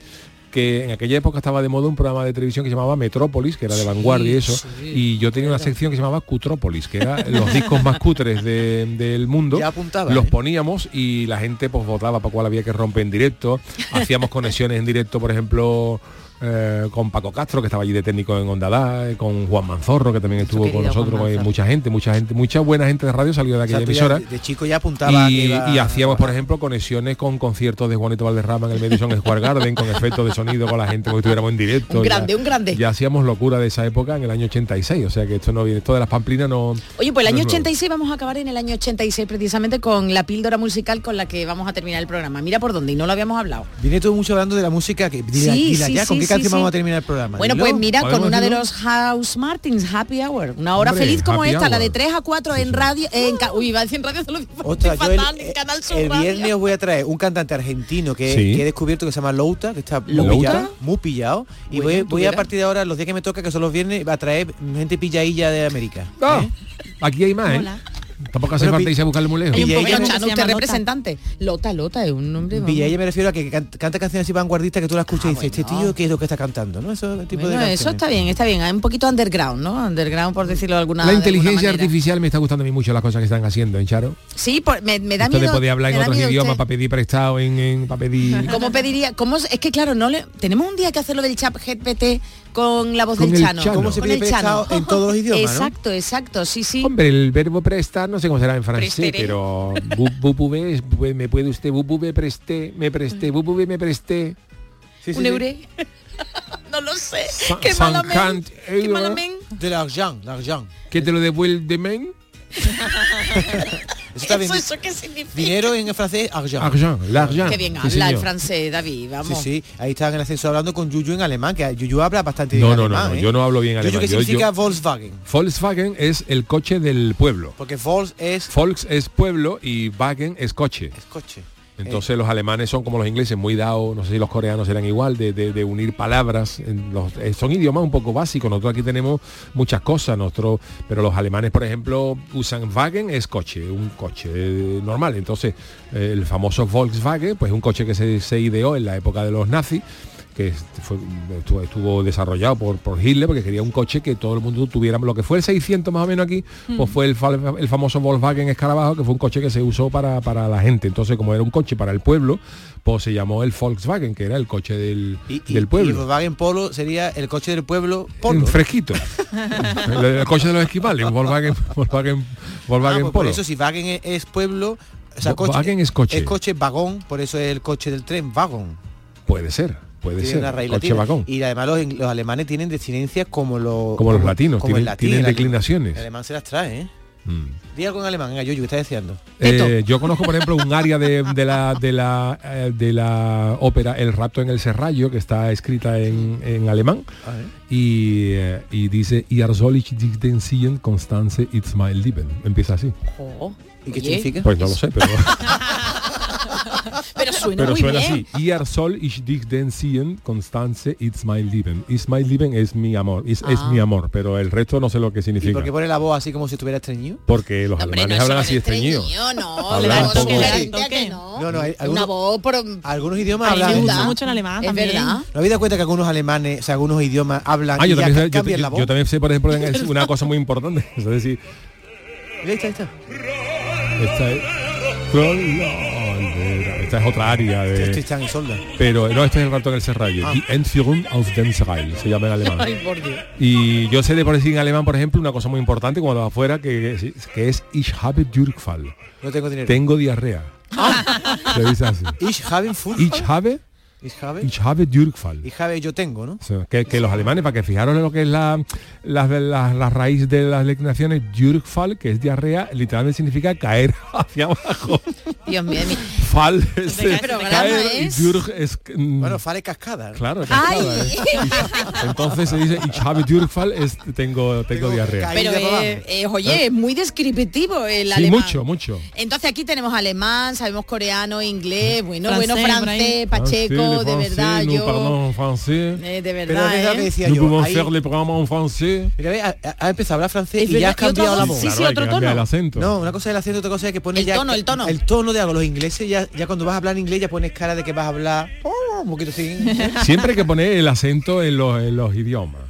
S7: que en aquella época estaba de moda un programa de televisión que se llamaba Metrópolis, que era de vanguardia y eso, y yo tenía una sección que se llamaba Cutrópolis, que era los discos más cutres de- del mundo.
S8: Ya apuntaba,
S7: los
S8: ¿eh?
S7: poníamos y la gente pues votaba para cuál había que romper en directo. Hacíamos conexiones en directo, por ejemplo, eh, con Paco Castro, que estaba allí de técnico en Ondalá, eh, con Juan Manzorro, que también estuvo con
S8: querido Juan
S7: nosotros, eh,
S8: Manzorro.
S7: mucha gente, mucha gente, mucha buena gente de radio salió de
S8: O sea,
S7: aquella
S8: tú ya
S7: emisora.
S8: de- de chico ya apuntaba
S7: Y,
S8: que iba-
S7: y hacíamos, por ejemplo, conexiones con conciertos de Juanito Valderrama en el Madison Square Garden, con efectos de sonido con la gente como si estuviéramos en directo.
S10: Un grande,
S7: ya,
S10: un grande.
S7: ya hacíamos locura de esa época en el año 86, o sea que esto no viene, esto de las pamplinas no...
S10: Oye, pues el
S7: no
S10: año
S7: es nuevo.
S10: 86 vamos a acabar en el año 86 precisamente con la píldora musical con la que vamos a terminar el programa. Mira por dónde, y no lo habíamos hablado.
S8: Viene todo mucho hablando de la música que dila-
S10: Sí,
S8: dila
S10: sí,
S8: ya, ¿con
S10: sí,
S8: qué
S10: sí,
S8: canción
S10: sí.
S8: vamos a terminar el programa?
S10: Bueno,
S8: Dilo.
S10: pues mira, con
S8: ¿Podemos
S10: una de
S8: decirlo?
S10: los House Martins, Happy Hour. Una hora
S8: Hombre,
S10: feliz como
S8: happy
S10: esta, la de
S8: hour.
S10: 3 a 4 en radio. En, ca- uy, iba a decir en radio solo
S8: Ostras, yo el, eh,
S10: fatal, en Canal Sur
S8: el
S10: Radio.
S8: viernes os voy a traer un cantante argentino que,
S7: Sí.
S8: que he descubierto que se llama Louta, que está muy
S7: ¿Louta?
S8: pillado, muy pillado. Y voy,
S7: Bueno, tú
S8: voy a
S7: verás.
S8: partir de ahora, los días que me toca, que son los viernes, va a traer gente pilladilla de América.
S7: Ah, Aquí hay más, ¿eh? Tampoco hace
S8: Bueno,
S7: falta
S8: pi-
S7: irse a buscarle muy lejos.
S8: Hay un
S10: Bueno,
S8: Ella me-
S10: Chano,
S8: se llama
S10: usted
S8: Lota.
S10: representante. Lota, Lota es un nombre. vamos.
S8: Eh, Pilladilla me refiero a que can- canta canciones así vanguardistas que tú la escuchas y dices, este tío, ¿qué es lo que está cantando? ¿No? Eso tipo
S10: Ah, Bueno,
S8: de
S10: eso está bien, ¿eh? está bien. Hay un poquito underground, ¿no? Underground, por decirlo de alguna
S7: la
S10: de alguna
S7: inteligencia
S10: manera.
S7: artificial me está gustando a mí mucho las cosas que están haciendo, ¿eh, Charo?
S10: Sí, por- me, me da
S7: Esto de
S10: miedo.
S7: poder hablar
S10: me
S7: en
S10: da
S7: otros
S10: miedo
S7: idiomas
S10: usted.
S7: para pedir prestado, en, en- para pedir...
S10: <laughs> ¿Cómo pediría? ¿Cómo es? es que claro, no le tenemos un día que hacer lo del chat GPT con la voz
S7: Con
S10: del
S7: el
S10: Chano.
S7: Chano. ¿Cómo se
S10: Con
S7: pide
S10: el Chano.
S7: prestado en todos los idiomas, no?
S10: Exacto, exacto, sí, sí.
S7: Hombre, el verbo prestar, no sé cómo será en francés,
S10: Presteré.
S7: pero bu- bu- bube es, bu- me puede usted, bu- bube presté, me presté, bu- bube me presté.
S10: un eure. <laughs>
S13: no
S10: no
S13: lo sé.
S7: Cin-
S13: Qué malamente.
S7: 50
S13: Qué
S7: euros.
S13: malamente.
S8: De l'argent, l'argent.
S7: Que te lo devuelven.
S8: está bien.
S13: ¿Eso, eso qué significa?
S8: Dinero en francés, argent.
S7: Argent, l'argent.
S10: Qué bien habla el francés, David,
S8: Sí,
S10: vamos.
S8: sí, ahí está en el ascensor hablando con Yuyu en alemán, que Yuyu habla bastante
S7: No,
S8: bien
S7: no, no,
S8: alemán,
S7: no,
S8: ¿eh?
S7: yo no hablo bien
S8: Yuyu,
S7: alemán,
S8: que
S7: yo-
S8: significa
S7: yo-
S8: Volkswagen,
S7: Volkswagen es el coche del pueblo.
S8: porque Volks es
S7: Volks es pueblo y Wagen es coche.
S8: coche.
S7: Entonces los alemanes son como los ingleses, muy dados, no sé si los coreanos serán igual, de, de- de unir palabras. en los- eh, son idiomas un poco básicos, nosotros aquí tenemos muchas cosas, nosotros, pero los alemanes, por ejemplo, usan Wagen es coche, un coche eh, normal. Entonces eh, el famoso Volkswagen, pues un coche que se, se ideó en la época de los nazis que es- fue- estuvo, estuvo desarrollado por, por Hitler porque quería un coche que todo el mundo tuviera lo que fue el 600 más o menos aquí pues
S14: Mm.
S7: fue el, fal- el famoso Volkswagen Escarabajo que fue un coche que se usó para, para la gente entonces como era un coche para el pueblo pues se llamó el Volkswagen que era el coche del, del
S8: Eh, Y
S7: pueblo
S8: Volkswagen Polo sería el coche del pueblo Polo.
S7: Un fresquito el, el coche de los esquimales un Volkswagen <laughs> Volkswagen,
S8: Ah,
S7: Volkswagen
S8: pues por
S7: Polo
S8: eso si Wagen es, es pueblo, o sea,
S7: Vo- Wagen es coche.
S8: Es coche vagón, por eso es el coche del tren vagón.
S7: puede ser puede
S8: Tiene
S7: ser
S8: una raíz
S7: coche
S8: latina.
S7: vagón
S8: Y además los, ing- los alemanes tienen descendencias como los
S7: Como los latinos,
S8: como el
S7: tienen-
S8: latín,
S7: tienen
S8: el ale-
S7: declinaciones.
S8: El alemán se las trae, ¿eh?
S7: Mm.
S8: Di algo en alemán, venga, Yuyu, ¿qué estás deseando?
S7: Eh, yo conozco, por ejemplo, un área de, de la, de, la, eh, de la ópera El rapto en el serrallo, que está escrita en, en alemán, y, eh, y dice, "Ihr soll ich dich denn sehen, Constanze, it's my Leben. Empieza así.
S8: ¿Y qué significa?
S7: Pues no lo
S8: <laughs>
S7: sé, pero,
S10: Pero suena
S7: pero
S10: muy
S7: suena
S10: bien.
S7: así. "Ihr soll ich dich denn sehen, Constanze, it's my Leben. It's my Leben es mi amor, es, es
S8: Ah.
S7: mi amor, pero el resto no sé lo que
S8: ¿Y
S7: significa.
S8: por qué pone la voz así como si estuviera estreñido?
S7: Porque los alemanes hablan así estreñido. Hablan un poco-
S8: No, no, hay algunos,
S10: Oh, voz
S8: algunos idiomas
S10: A mí me
S8: hablan.
S10: gusta mucho el alemán Es también. verdad.
S8: ¿No habéis dado cuenta que algunos alemanes, o sea, algunos idiomas hablan
S7: Ah, yo
S8: y ya
S7: también, sé,
S8: ca-
S7: yo-
S8: cambian la
S7: yo-
S8: voz?
S7: yo también sé, por ejemplo,
S8: <laughs>
S7: en- es una cosa muy importante. <laughs> Es decir,
S8: Mira, ahí está, ahí está.
S7: Eh, Esta es, Con la bandera. Esta es otra área de-
S8: Estoy tan solda.
S7: Pero no, este es el rato en el serrallo.
S8: Ah.
S7: Die Entführung aus dem Serrallo, se llama en alemán.
S8: por Dios.
S7: Y yo sé de por decir en alemán, por ejemplo, una cosa muy importante cuando va afuera, que, es- que es Ich habe Durchfall.
S8: No tengo dinero.
S7: Tengo diarrea. Se dice así.
S8: Ich habe Furcht.
S7: Ich habe,
S8: Ich habe.
S7: ich habe Durchfall.
S8: Ich habe yo tengo, ¿no?
S7: O sea, que, que los alemanes, para que fijaros en lo que es la, la, la- la raíz de las declinaciones, Durchfall, que es diarrea, literalmente significa caer <laughs> hacia abajo.
S10: Dios mío,
S7: <laughs>
S10: mi-
S7: Fall es
S10: Este
S7: eh,
S10: programa
S7: caer
S10: es-
S7: y Dürg es mm,
S8: Bueno, fale cascada. ¿no?
S7: claro cascada,
S10: Ay.
S7: ¿eh? entonces se dice ich habe Dürgfall es tengo tengo diarrea
S10: Pero eh, eh, oye, es muy descriptivo el
S7: sí
S10: alemán.
S7: mucho mucho
S10: Entonces aquí tenemos alemán, sabemos coreano, inglés, bueno,
S11: Francés,
S10: bueno,
S11: Brian.
S10: francés, pacheco,
S7: Francés,
S10: de
S7: Ah, le
S10: verdad,
S7: français, nous
S10: yo...
S7: parlons français.
S10: eh, de
S8: Pero es verdad
S10: verdad,
S8: que
S10: ¿eh?
S8: decía
S7: Nous
S8: yo,
S7: pouvons
S8: ahí-
S7: faire les programmes en français.
S8: Mira, ve, ha, ha- ha empezado a hablar francés
S10: Es
S8: y ya
S10: verdad,
S8: has
S10: y otra
S8: cambiado la
S10: voz,
S8: voz.
S10: sí, sí, Claro, hay otro que cambiar tono. el acento.
S8: No, una cosa es el acento, otra cosa es que pones
S10: El
S8: ya
S10: tono, el tono.
S8: El tono de algo. Los ingleses ya, ya cuando vas a hablar en inglés ya pones cara de que vas a hablar oh, un poquito
S10: <laughs>
S8: así.
S7: siempre hay que poner el acento en los, en los
S10: <laughs>
S7: idiomas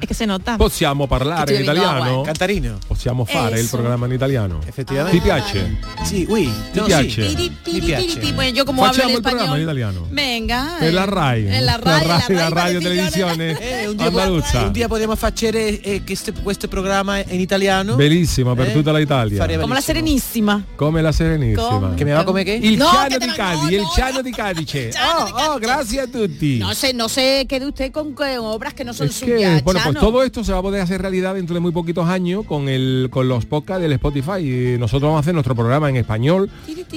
S11: Es que se nota.
S7: possiamo parlare
S11: Estoy
S7: in
S11: bebiendo
S7: italiano
S11: agua.
S8: Cantarino.
S7: possiamo fare il
S11: Eso.
S7: programma in italiano
S8: Effettivamente.
S7: ti
S10: Ah.
S7: piace
S8: Sí, uy.
S7: Ti
S8: no,
S7: piace?
S8: sí. Mi piace.
S10: Bueno, yo como hablo en
S7: Facciamo il programma in
S10: español...
S7: italiano
S10: Venga.
S7: en la
S10: eh,
S7: RAI
S10: En la RAI,
S7: la RAI, la radio
S10: de millones.
S7: televisione
S8: Eh, un, día
S7: andaluza
S8: un día podemos hacer eh, eh, que este, este programa en italiano.
S7: bellissima per
S8: Eh,
S7: tutta l'Italia
S8: faremo
S11: Como la serenísima.
S7: Come la serenissima.
S11: Come- Che mi va come che?
S7: Il
S11: No,
S7: Ciano
S11: che te
S7: di
S11: la-
S7: Cadice, il Ciano di Cadice. Oh, oh, grazie a tutti.
S10: No sé, no se quede usted con, con obras que no son
S7: Es que,
S10: suyas,
S7: bueno, pues
S10: Chano.
S7: todo esto se va a poder hacer realidad dentro de muy poquitos años con el con los podcasts del Spotify. Y nosotros vamos a hacer nuestro programa en español,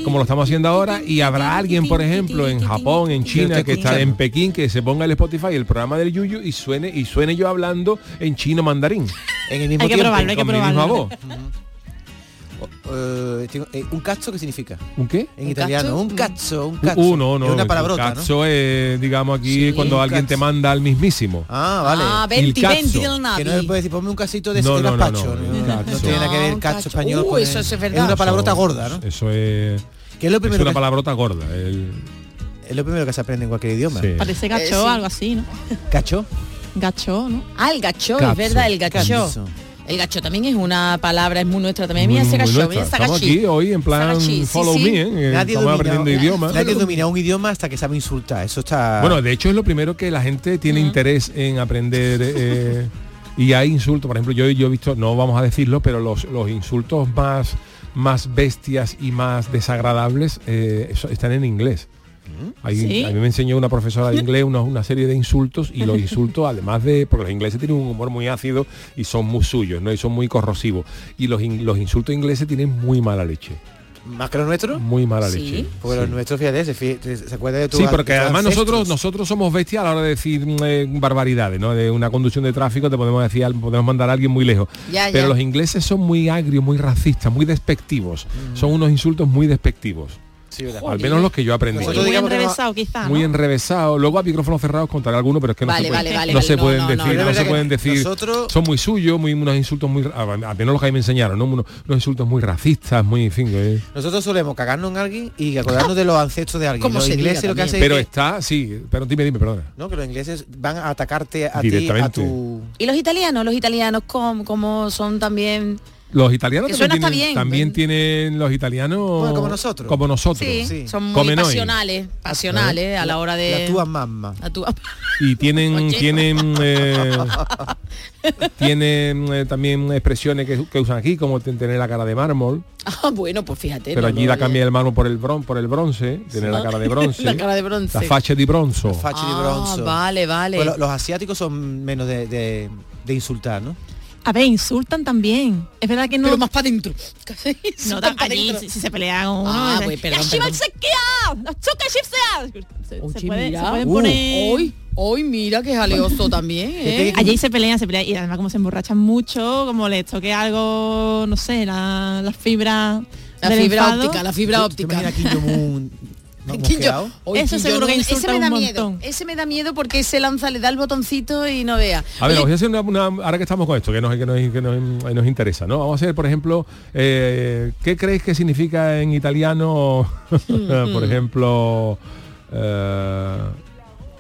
S7: como lo estamos haciendo ahora, y habrá alguien, por ejemplo, en Japón, en China, que está en Pekín, que se ponga el Spotify, el programa del Yuyu, y suene, y suene yo hablando en chino mandarín.
S8: En el mismo
S11: Hay que
S8: tiempo,
S11: probarlo, hay que
S8: con mi misma
S11: probarlo.
S8: voz. Eh, tengo- eh, ¿Un cazzo qué significa?
S7: ¿Un qué?
S8: En italiano, un cazzo, un cazzo.
S7: Uh, no, no,
S8: Es una
S7: el
S8: palabrota, ¿no?
S7: cazzo es, digamos aquí,
S8: Sí,
S7: cuando
S8: un
S7: alguien te
S8: cazzo.
S7: manda al mismísimo.
S8: Ah, vale.
S10: Ah, venti,
S7: Il cazzo.
S10: venti del Navi.
S8: Que no le puedes decir, ponme un casito de
S7: No,
S8: de
S7: no, no,
S8: gazpacho,
S7: no,
S8: no,
S7: el
S8: no,
S7: cazzo.
S8: no tiene nada que ver
S10: un
S8: el
S10: cazzo.
S8: cazo español.
S10: Uh,
S8: con
S10: eso
S8: el-
S10: es verdad.
S8: una palabrota gorda, ¿no?
S7: Eso es...
S8: Que es lo primero
S7: es una
S8: que-
S7: palabrota gorda. el-
S8: Es lo primero que se aprende en cualquier idioma.
S7: Sí.
S11: Parece
S10: Eh,
S11: gacho
S10: sí.
S11: o algo así, ¿no?
S8: ¿Cacho?
S11: Gacho, ¿no?
S10: Ah, el gacho,
S11: Cazzo.
S10: es verdad, el gacho.
S8: Cazzo.
S10: El gacho también es una palabra, es muy nuestra también. Mira
S7: Muy,
S10: ese
S7: muy
S10: gacho,
S7: nuestra.
S10: mira ese
S7: Estamos
S10: gachi.
S7: aquí hoy en plan
S10: Sagachi, sí,
S7: follow
S10: sí.
S7: me, ¿eh? estamos aprendiendo idiomas.
S8: Nadie domina un idioma hasta que sabe insultar. Eso está.
S7: Bueno, de hecho es lo primero que la gente tiene interés en aprender. eh, y hay insultos, por ejemplo, yo, yo he visto, no vamos a decirlo, pero los, los insultos más, más bestias y más desagradables eh, eso- están en inglés. Ahí-
S11: Sí.
S7: A mí me enseñó una profesora de inglés una, una serie de insultos y los insultos, además de, porque los ingleses tienen un humor muy ácido y son muy suyos, ¿no? Y son muy corrosivos. Y los, in- los insultos ingleses tienen muy mala leche.
S8: ¿Más que los nuestros?
S7: Muy mala leche.
S8: Porque
S7: Sí.
S8: Pues los nuestros, fíjate, se, fí- te- se acuerda de tu
S7: Sí,
S8: a-
S7: porque
S8: tus
S7: además
S8: ancestros.
S7: nosotros nosotros somos bestias a la hora de decir mm, eh, barbaridades, ¿no? De una conducción de tráfico te podemos decir, al- podemos mandar a alguien muy lejos.
S13: Ya,
S7: Pero
S13: ya.
S7: los ingleses son muy agrios, muy racistas, muy despectivos. Son unos insultos muy despectivos. Al menos los que yo aprendí.
S10: Pues
S11: Y muy enrevesado quizá,
S7: Muy
S11: ¿no?
S7: enrevesado. Luego a micrófonos cerrados contaré algunos, pero es que no
S11: Vale,
S7: se pueden,
S11: vale, vale,
S7: no
S11: vale,
S7: se
S11: no,
S7: pueden
S11: no, no,
S7: decir,
S11: no,
S7: no,
S11: es
S7: se
S11: verdad
S7: pueden
S11: que
S7: decir.
S11: nosotros-
S7: Son muy suyos, muy unos insultos muy apenas los que ahí me enseñaron, ¿no? Unos, unos insultos muy racistas, muy en fin. eh.
S8: Nosotros solemos cagarnos en alguien y acordarnos de los ancestros de alguien.
S7: Como
S8: los
S7: se diga
S8: ingleses lo que
S7: también.
S8: hacen
S7: Ah. Pero
S8: es que,
S7: está, sí, pero dime, dime, perdona.
S8: no, que los ingleses van a atacarte a ti, a
S7: Directamente.
S8: tu...
S10: Y los italianos, los italianos como, como son también
S7: Los italianos
S10: Que
S7: también
S10: suena
S7: tienen,
S10: está bien.
S7: también tienen los italianos
S10: Bueno, como nosotros.
S7: Como nosotros.
S10: Sí, son muy
S7: Comen hoy.
S10: pasionales, pasionales a la hora de
S8: La tua mamma.
S10: la tua- <laughs>
S7: Y tienen
S10: Oye. <laughs>
S7: tienen eh, tienen eh, también expresiones que, que usan aquí como ten- tener la cara de mármol,
S10: <laughs> Ah, bueno, pues fíjate.
S7: pero
S10: no
S7: allí
S10: lo-
S7: la cambia el mármol por el bron por el bronce, tener la cara de bronce.
S10: <laughs> La cara de bronce.
S7: La faccia di bronzo.
S8: Fachi
S10: Ah,
S8: de bronzo.
S10: vale, vale.
S8: Pues lo- los asiáticos son menos de, de- de insultar, ¿no?
S11: A ver, insultan también. Es verdad que no. Pero más
S10: para <laughs> adentro.
S11: No, tan
S10: tan pa'
S11: allí
S10: dentro.
S11: si, si se pelean uno.
S10: Ah,
S11: dice,
S10: güey, perdón,
S11: "La Shiva
S10: perdón.
S11: se queda, la Chuka Shiva se queda". Se- se
S10: Oye,
S11: puede-
S10: mira.
S11: se pueden
S10: Uh.
S11: poner-
S10: Hoy, hoy mira que
S7: <laughs>
S10: jaleoso también. ¿eh?
S11: Allí se pelean, se pelean y además como se emborrachan mucho, como les toque algo, no sé, la, la fibra
S10: La
S11: del
S10: fibra
S11: enfado.
S10: óptica, la fibra óptica. <laughs> Quillo- hoy
S11: Eso
S10: Quillo-
S11: seguro que
S10: ese
S11: insulta
S10: me da
S11: un
S10: miedo,
S11: montón.
S10: Ese me da miedo porque se lanza, le da el botoncito y no vea.
S7: A ver,
S10: Oye,
S7: os voy a hacer una, una- ahora que estamos con esto, que nos, que nos, que nos- nos interesa, ¿no? Vamos a hacer, por ejemplo, eh, ¿qué creéis que significa en italiano, <laughs>
S8: Mm-hmm.
S7: por ejemplo, eh,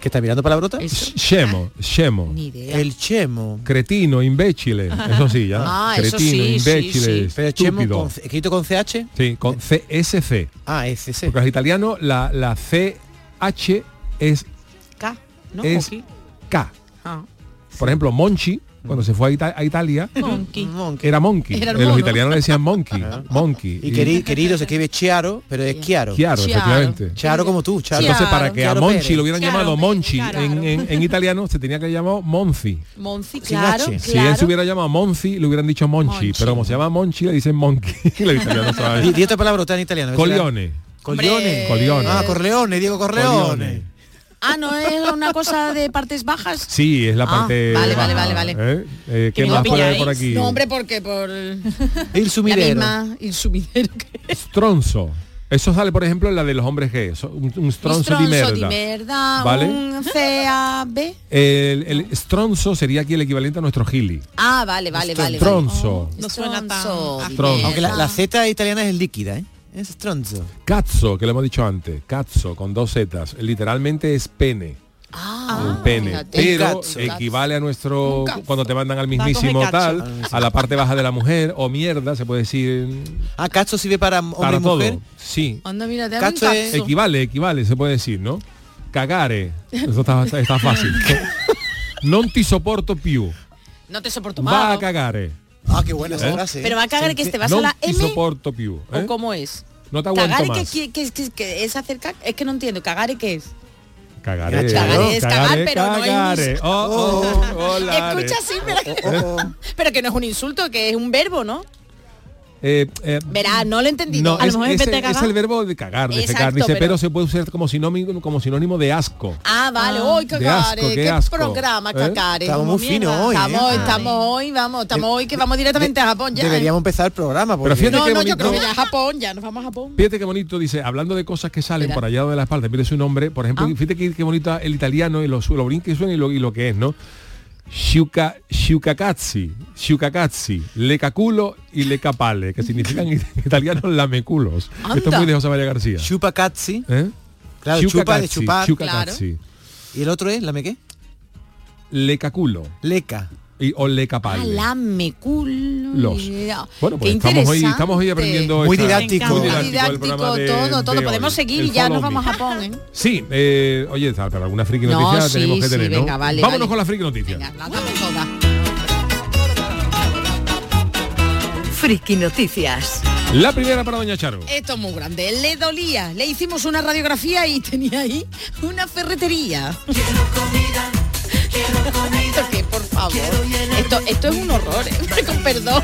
S8: ¿Que está mirando palabrota?
S7: Scemo, scemo.
S8: El chemo.
S7: Cretino, imbécile, eso sí, ya.
S8: Ah, eso
S7: Cretino,
S8: sí, sí,
S7: imbécile,
S8: sí. Pero chemo
S7: estúpido.
S8: con- escrito con CH.
S7: Sí, con CSC.
S8: Ah, SC.
S7: Porque los italianos, la, la CH es,
S10: K, ¿no?
S7: es
S10: Oki.
S7: K.
S10: Ah.
S7: Por ejemplo, Monchi, cuando se fue a, Ita- a Italia,
S10: Monkey.
S7: era Monkey.
S10: Era el
S7: Eh, los
S10: mono.
S7: italianos le decían Monkey, Monkey.
S8: Y queri- querido se escribe Chiaro, pero es Chiaro.
S7: Chiaro, efectivamente.
S8: Chiaro como tú, Chiaro.
S7: Entonces, para que a
S8: Chiaro
S7: Monchi
S8: Pérez.
S7: lo hubieran llamado Monchi en, en- en italiano, se tenía que llamar Monzi.
S10: Monci,
S7: Sin
S10: claro,
S7: H. Si él se
S10: claro.
S7: hubiera llamado Monzi, le hubieran dicho Monchi, pero como se llama Monchi, le dicen Monkey. <laughs> Y los italianos saben.
S8: <laughs> Di, di otra palabrota en italiano. a ver si la-
S7: Colione.
S8: Corleone.
S7: Corleone.
S8: Ah, Corleone, Diego Corleone.
S10: Ah, no es una cosa de partes bajas.
S7: Sí, es la
S10: Ah,
S7: parte.
S10: vale, vale,
S7: baja,
S10: vale,
S7: ¿eh? Eh, <laughs> ¿Qué
S10: Que
S7: más
S10: no
S7: puede haber
S10: pilláis.
S7: por aquí?
S10: No, hombre, porque por
S7: Il sumidero.
S10: La misma, il sumidero.
S7: Stronzo. Eso sale, por ejemplo, en la de los hombres G. eso, Un, un stronzo,
S10: Stronzo
S7: de merda.
S10: di merda,
S7: ¿Vale?
S10: un CAB.
S7: El, el stronzo sería aquí el equivalente a nuestro gili.
S10: Ah, vale, vale, vale. Oh. vale.
S7: Stronzo.
S10: No suena tan
S7: Stronzo.
S8: Aunque la, la Z italiana es líquida, ¿eh? Es stronzo.
S7: Cazzo, que lo hemos dicho antes. Cazzo, con dos zetas. Literalmente es pene.
S10: Ah,
S7: un pene,
S13: fíjate.
S7: pero
S13: Un cazzo.
S7: equivale a nuestro
S13: Un cazzo.
S7: cuando te mandan al
S8: Datos de
S7: mismísimo
S8: cacho. Al
S10: Ah,
S7: tal,
S8: mismísimo.
S7: a la parte baja de la mujer o mierda, se puede decir
S8: Ah, cazzo sirve para hombre
S7: para
S8: y
S7: todo.
S8: mujer.
S7: Sí,
S10: Anda, mira, te
S8: Cazzo
S10: hago un
S8: es-
S10: cazzo.
S7: Equivale, equivale, se puede decir, ¿no? Cagare. Eso está, está- está
S10: <laughs>
S7: fácil. non ti sopporto più.
S10: No te soporto
S7: Va
S10: más.
S7: a cagare.
S8: Ah, qué buena
S10: esa frase, ¿eh? Pero va a
S8: <laughs>
S10: cagare que te vas a la
S7: Non ti
S10: M
S7: sopporto più. ¿eh?
S10: ¿O cómo es?
S7: No te aguanto
S10: Cagare
S7: más.
S10: que, que- que- que es hacer caca. Es que no entiendo. Cagare qué es.
S7: Cagare.
S10: Cagare es cagar, pero no hay
S7: cagare.
S10: mis-
S7: Oh, oh,
S10: <laughs>
S7: oh, lare.
S10: Escucha sí, pero,
S7: Oh,
S10: <laughs> pero que no es un insulto, que es un verbo, ¿no?
S7: Eh, eh,
S10: Verá, no lo he entendido.
S7: no, es, es- es el verbo de cagar, de
S10: Exacto,
S7: fecar, dice, pero,
S10: pero-
S7: se puede usar como sinónimo, como sinónimo de asco.
S10: Ah, vale, hoy
S7: de
S10: cacare,
S7: asco, qué
S10: qué,
S7: asco.
S10: programa
S7: ¿Eh?
S10: cacare.
S7: Estamos muy finos
S10: Mierda.
S7: hoy, ¿eh?
S10: Estamos,
S7: Ay.
S10: estamos hoy, vamos, estamos hoy que vamos directamente a Japón ya. ¿eh?
S8: Ah. Deberíamos empezar el programa. Porque...
S7: fíjate
S10: no,
S7: qué
S10: no, yo creo
S7: bonito.
S10: que ya a Japón, ya nos vamos a Japón.
S7: Fíjate qué bonito, dice, hablando de cosas que salen
S10: Mira.
S7: por allá de la espalda, mire su nombre, por ejemplo, fíjate qué, qué bonito el italiano y lo, su- lo bonito que suena y lo, y lo que es, ¿no? Shuka, shukakatsi, shukakatsi, le caculo y le capale, que significan en italiano lameculos. Esto es
S8: Anda.
S7: muy de José María García.
S8: Chupacazzi.
S7: ¿Eh?
S8: Claro, chupa
S7: Shukakatsi,
S8: de chupar.
S7: shukakatsi.
S8: ¿Y el otro es? ¿Lame qué?
S7: Lecaculo.
S8: Leca.
S7: Y, o lecapal.
S10: Ah, Alame culo.
S7: Los.
S10: mira.
S7: Bueno, pues
S10: Qué
S7: estamos hoy,
S10: interesante.
S7: estamos hoy aprendiendo
S8: Muy
S7: esta-
S8: didáctico.
S7: muy
S8: Muy
S7: didáctico, el
S10: Didáctico,
S7: programa de-
S10: todo, todo.
S7: de hoy.
S10: Podemos seguir
S7: El
S10: y ya nos
S7: follow me.
S10: vamos a Japón, ¿eh?
S7: Sí, eh, oye, tal, pero alguna friki
S10: No,
S7: noticia
S10: sí,
S7: tenemos que
S10: sí,
S7: tener, ¿no?
S10: venga, vale,
S7: Vámonos
S10: vale.
S7: con la friki noticia.
S4: Friki Noticias.
S7: La primera para Doña Charo.
S10: Esto es muy grande. Le dolía. Le hicimos una radiografía y tenía ahí una ferretería. <laughs> ¿Esto qué, por favor? Esto, esto es un horror, ¿eh? <laughs> con perdón.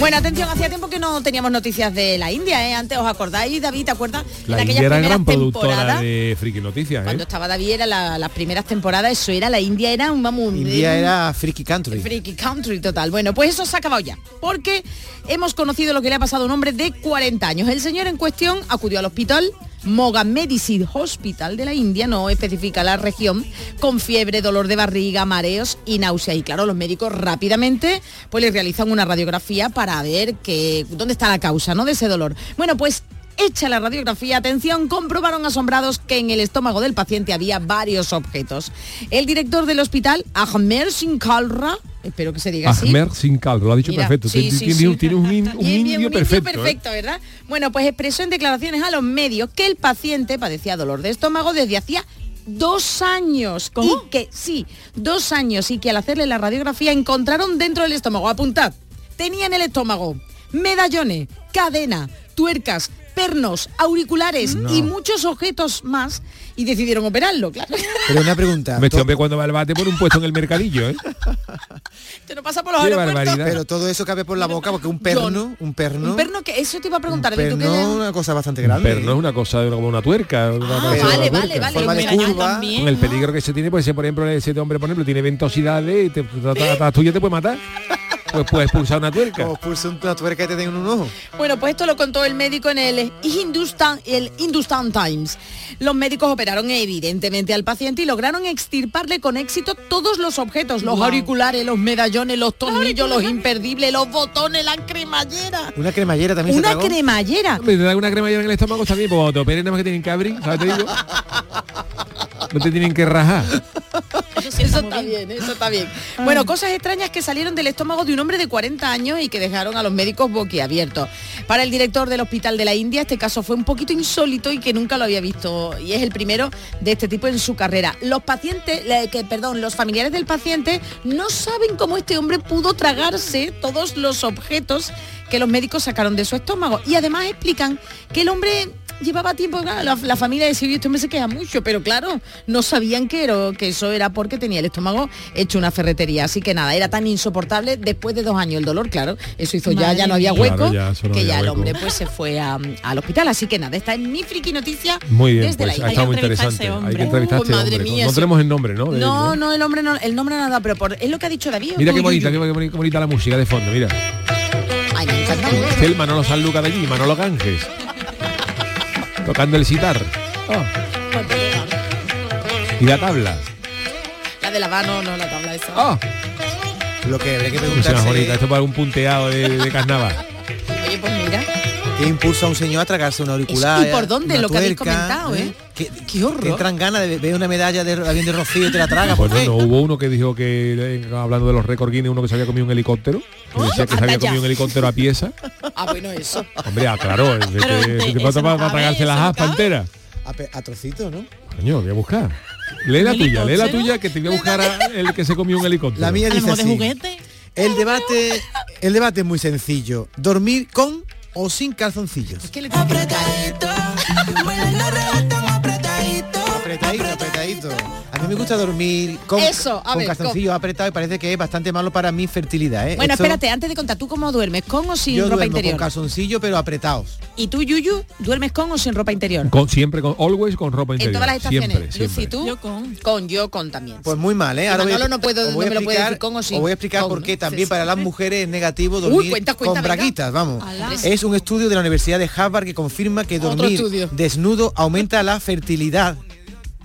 S10: Bueno, atención, hacía tiempo que no teníamos noticias de la India, ¿eh? Antes, ¿os acordáis, David, te acuerdas?
S7: La India
S10: de aquellas
S7: era
S10: primeras
S7: gran productora
S10: temporadas.
S7: de ¿eh? Friki Noticias,
S10: Cuando
S7: ¿eh?
S10: estaba David, era la- las primeras temporadas, eso era, la India era un, vamos, un-
S8: India
S10: un-
S8: era Freaky Country.
S10: Freaky country total. Bueno, pues eso se ha acabado ya, porque hemos conocido lo que le ha pasado a un hombre de 40 años. El señor en cuestión acudió al hospital Moga Medicine Hospital de la India, no especifica la región, con fiebre, dolor de barriga, mareos y náusea. Y claro, los médicos rápidamente pues le realizan una radiografía para ver que, dónde está la causa ¿no? de ese dolor. Bueno, pues Hecha la radiografía, atención, comprobaron asombrados que en el estómago del paciente había varios objetos. El director del hospital, Ahmer Singh Kalra, espero que se diga así.
S7: Ahmed sin caldo, lo ha dicho
S10: Mira,
S7: perfecto.
S10: sí,
S7: Tiene-
S10: sí,
S7: tiene
S10: sí.
S7: un-
S10: <laughs>
S7: tiene un, in- un
S10: Bien, bien,
S7: indio
S10: un indio
S7: perfecto. ¿eh?
S10: perfecto, ¿verdad? Bueno, pues expresó en declaraciones a los medios que el paciente padecía dolor de estómago desde hacía dos años. Y que, sí, dos años y que al hacerle la radiografía encontraron dentro del estómago, apuntad, tenía en el estómago medallones, cadena, tuercas, pernos, auriculares
S8: No.
S10: y muchos objetos más y decidieron operarlo, claro. <laughs>
S8: Pero una pregunta.
S7: Me este hombre cuando va al bate por un puesto en el mercadillo,
S10: <laughs>
S7: ¿eh?
S10: Te lo pasa por los
S7: Qué
S10: aeropuertos.
S7: barbaridad.
S8: Pero todo eso cabe por la boca porque un perno, un perno,
S10: Un perno que eso te iba a preguntar, David, ¿tú qué
S8: perno una cosa bastante grande. ¿eh?
S7: Pero no es una cosa de- como una tuerca. una cosa de una
S10: Ah,
S7: tuerca.
S10: vale, vale, vale. Mira, también,
S7: Con el peligro que se tiene, pues si, por ejemplo, ese hombre, por ejemplo, tiene ventosidades y te, la, la- la tuya te puede matar. Pues puede expulsar una tuerca.
S8: O pulsa una tuerca y te den un ojo.
S10: Bueno, pues esto lo contó el médico en el Hindustan, el Hindustan Times. Los médicos operaron evidentemente al paciente y lograron extirparle con éxito todos los objetos, los
S8: Wow.
S10: auriculares, los medallones, los tornillos, los imperdibles, los botones, la cremallera.
S8: Una cremallera también se
S10: Una
S8: tragó.
S10: cremallera.
S7: Hombre, te da una crema en el estómago también, pues cuando te operen nada más que tienen que abrir, ¿sabes? Te digo. No te tienen que rajar.
S10: Eso está bien, eso está bien. Bueno, cosas extrañas que salieron del estómago de un hombre de 40 años y que dejaron a los médicos boquiabiertos. Para el director del Hospital de la India, este caso fue un poquito insólito y que nunca lo había visto. Y es el primero de este tipo en su carrera. Los pacientes, la- que, perdón, los familiares del paciente no saben cómo este hombre pudo tragarse todos los objetos que los médicos sacaron de su estómago. Y además explican que el hombre llevaba tiempo, claro, la, la familia decidió, este hombre se queja mucho, pero claro, no sabían que, era, que eso era porque tenía el estómago hecho una ferretería. Así que nada, era tan insoportable después de dos años el dolor, claro, eso hizo ya,
S13: Madre
S10: ya no había
S13: mía.
S10: hueco,
S13: Claro, ya, eso no
S10: que
S13: había
S10: ya el
S13: hueco.
S10: hombre pues se fue a- al hospital. Así que nada, esta es mi friki noticia
S7: Muy bien,
S10: desde
S7: pues
S10: la
S7: ha
S10: isla.
S7: estado muy interesante. Hay que entrevistar a
S10: Uy,
S7: este
S10: madre
S7: hombre.
S10: mía,
S7: no
S10: sí.
S7: tenemos el nombre, ¿no? De él,
S10: No, no, el hombre no, el nombre no nada, pero por, es lo que ha dicho David.
S7: Mira
S10: Uy,
S7: qué
S10: uy,
S7: bonita, qué boni- qué bonita la música de fondo, mira.
S10: Ay, me encanta.
S7: Este es el Manolo Sanluca de allí, Manolo Ganges. Tocando el citar. Ah, y la tabla.
S10: La de la mano, no la tabla esa.
S8: Lo que habría que
S7: Pues es más bonita,
S8: preguntarse
S7: esto para un punteado de, de
S10: <laughs>
S7: carnaval.
S10: Oye, pues mira.
S8: qué impulsa a un señor a tragarse un auricular.
S10: ¿Y por dónde?
S8: una
S10: Lo que habéis
S8: tuerca,
S10: comentado, ¿eh?
S8: Que,
S10: Qué horror.
S8: Te entran ganas de ver una medalla de avión de rocío y te la tragas.
S7: Pues
S8: ¿por qué?
S7: no, no, hubo uno que dijo que, eh, hablando de los récord Guinness, uno que se había comido un helicóptero. Que decía que se había
S10: Anda ya.
S7: comido un helicóptero a
S10: <laughs>
S7: pieza.
S10: Ah, bueno, eso.
S7: Hombre, ah, claro, es de que-
S10: Pero,
S7: es de
S10: eso
S7: pata para,
S10: no
S7: para
S10: cabe,
S7: tragarse
S10: eso
S7: las
S10: no
S7: aspas
S10: cabe.
S7: enteras.
S8: A, pe- a trocitos, ¿no?
S7: Coño, voy a buscar. Lee la
S8: ¿Un
S7: tuya, lee la
S8: helicóptero?
S7: tuya que te voy a buscar a el que se comió
S10: <laughs>
S7: un helicóptero.
S8: La mía dice así. El debate, el debate es muy sencillo. Dormir con o sin calzoncillos. Apretadito, apretadito. A mí me gusta dormir con,
S10: Eso, a
S8: con
S10: ver,
S8: calzoncillos apretados y parece que es bastante malo para mi fertilidad. ¿eh?
S10: Bueno,
S8: Esto-
S10: espérate, antes de contar, ¿tú cómo duermes? ¿Con o sin
S8: yo
S10: ropa
S8: duermo
S10: interior?
S8: con calzoncillos pero apretados.
S10: ¿Y tú, Yuyu, duermes con o sin ropa interior?
S7: Con, siempre, con, always con ropa
S10: en
S7: interior.
S10: todas las estaciones.
S7: Siempre,
S10: Lucy,
S7: siempre.
S10: ¿tú? Yo con. yo con también.
S8: Pues muy mal, ¿eh?
S10: Y
S8: voy a
S10: Manolo no
S8: explicar-
S10: puedo-
S8: os voy
S10: no me
S8: a
S10: lo puede decir
S8: explicar-
S10: con o sin.
S8: Os voy a explicar
S10: Con,
S8: por
S10: <laughs>
S8: qué
S10: sí,
S8: también
S10: sí.
S8: para las mujeres es negativo dormir
S10: cuenta, cuenta,
S8: con
S10: venga.
S8: braguitas, vamos.
S10: Alá.
S8: Es un estudio de la Universidad de Harvard que confirma que dormir
S10: estudio.
S8: desnudo aumenta la fertilidad.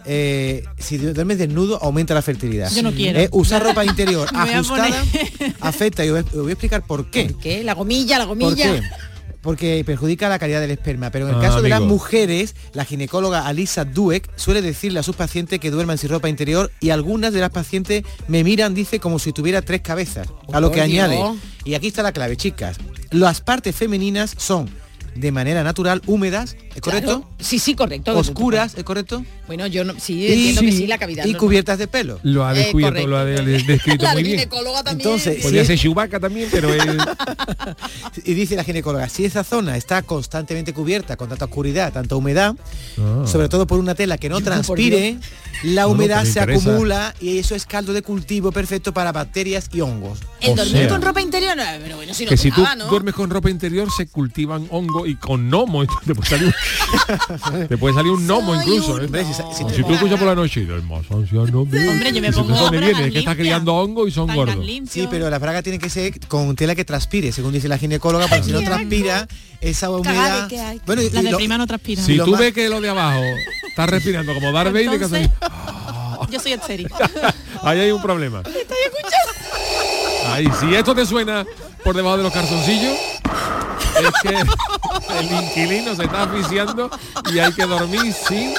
S8: Eh, si du- duermes desnudo aumenta la fertilidad.
S10: Yo no quiero.
S8: Eh, usar ropa interior
S10: <laughs> Me voy a poner-
S8: ajustada afecta y os os voy a explicar por qué.
S10: ¿Qué? La gomilla, la
S8: ¿Por
S10: gomilla.
S8: qué? Porque perjudica la calidad del esperma. Pero en el
S7: Ah,
S8: caso de las
S7: amigo.
S8: mujeres, la ginecóloga Alisa Dueck suele decirle a sus pacientes que duerman sin ropa interior y algunas de las pacientes me miran, dice, como si tuviera tres cabezas. A lo
S10: Oh,
S8: que
S10: Dios.
S8: añade. Y aquí está la clave, chicas. Las partes femeninas son de manera natural húmedas, ¿Es correcto?
S10: Sí, sí, correcto.
S8: Oscuras, ¿es correcto?
S10: Bueno, yo no, sí, entiendo que sí, la cavidad.
S8: Y
S10: no-
S8: cubiertas de pelo.
S7: Lo ha
S10: Eh,
S7: descubierto,
S10: correcto.
S7: lo ha de- de- descrito
S10: <laughs> La
S7: muy bien.
S10: ginecóloga también.
S8: Entonces,
S7: Podría
S8: si-
S7: ser Chewbacca también, pero
S10: <laughs>
S7: él...
S8: y dice la ginecóloga, si esa zona está constantemente cubierta con tanta oscuridad, tanta humedad,
S7: Ah.
S8: sobre todo por una tela que no transpire, la
S9: No, no,
S8: humedad
S9: pero me
S8: se
S9: interesa.
S8: acumula y eso es caldo de cultivo perfecto para bacterias y hongos.
S10: El
S7: O
S10: dormir
S7: sea,
S10: con ropa interior, no, pero bueno, si no
S7: que si tú
S10: nada, ¿no?
S7: duermes con ropa interior se cultivan hongo y con gnomo <laughs> te puede salir
S10: <laughs>
S7: un, te puede salir un gnomo incluso ¿eh? O si tú escuchas por la noche y duermas anciano mío,
S11: Hombre, yo me
S7: y se te
S11: pongo
S7: pone bien,
S11: bragas
S7: es que estás
S11: limpias.
S7: criando hongo y son gordos
S8: Sí, pero la fraga tiene que ser con tela que transpire, según dice la ginecóloga, porque si no transpira, esa humedad... Bueno, y-
S11: la
S8: y
S11: de
S8: lo-
S11: prima no transpira.
S7: si
S8: lo
S7: tú
S8: más-
S7: ves que lo de abajo está respirando como Darth Vader que hace-
S11: Entonces- Yo soy
S7: <laughs>
S11: Etseri.
S7: ahí hay un problema
S11: ¿Estás escuchando?
S7: ahí si esto te suena por debajo de los calzoncillos es que el inquilino se está asfixiando y hay que dormir sin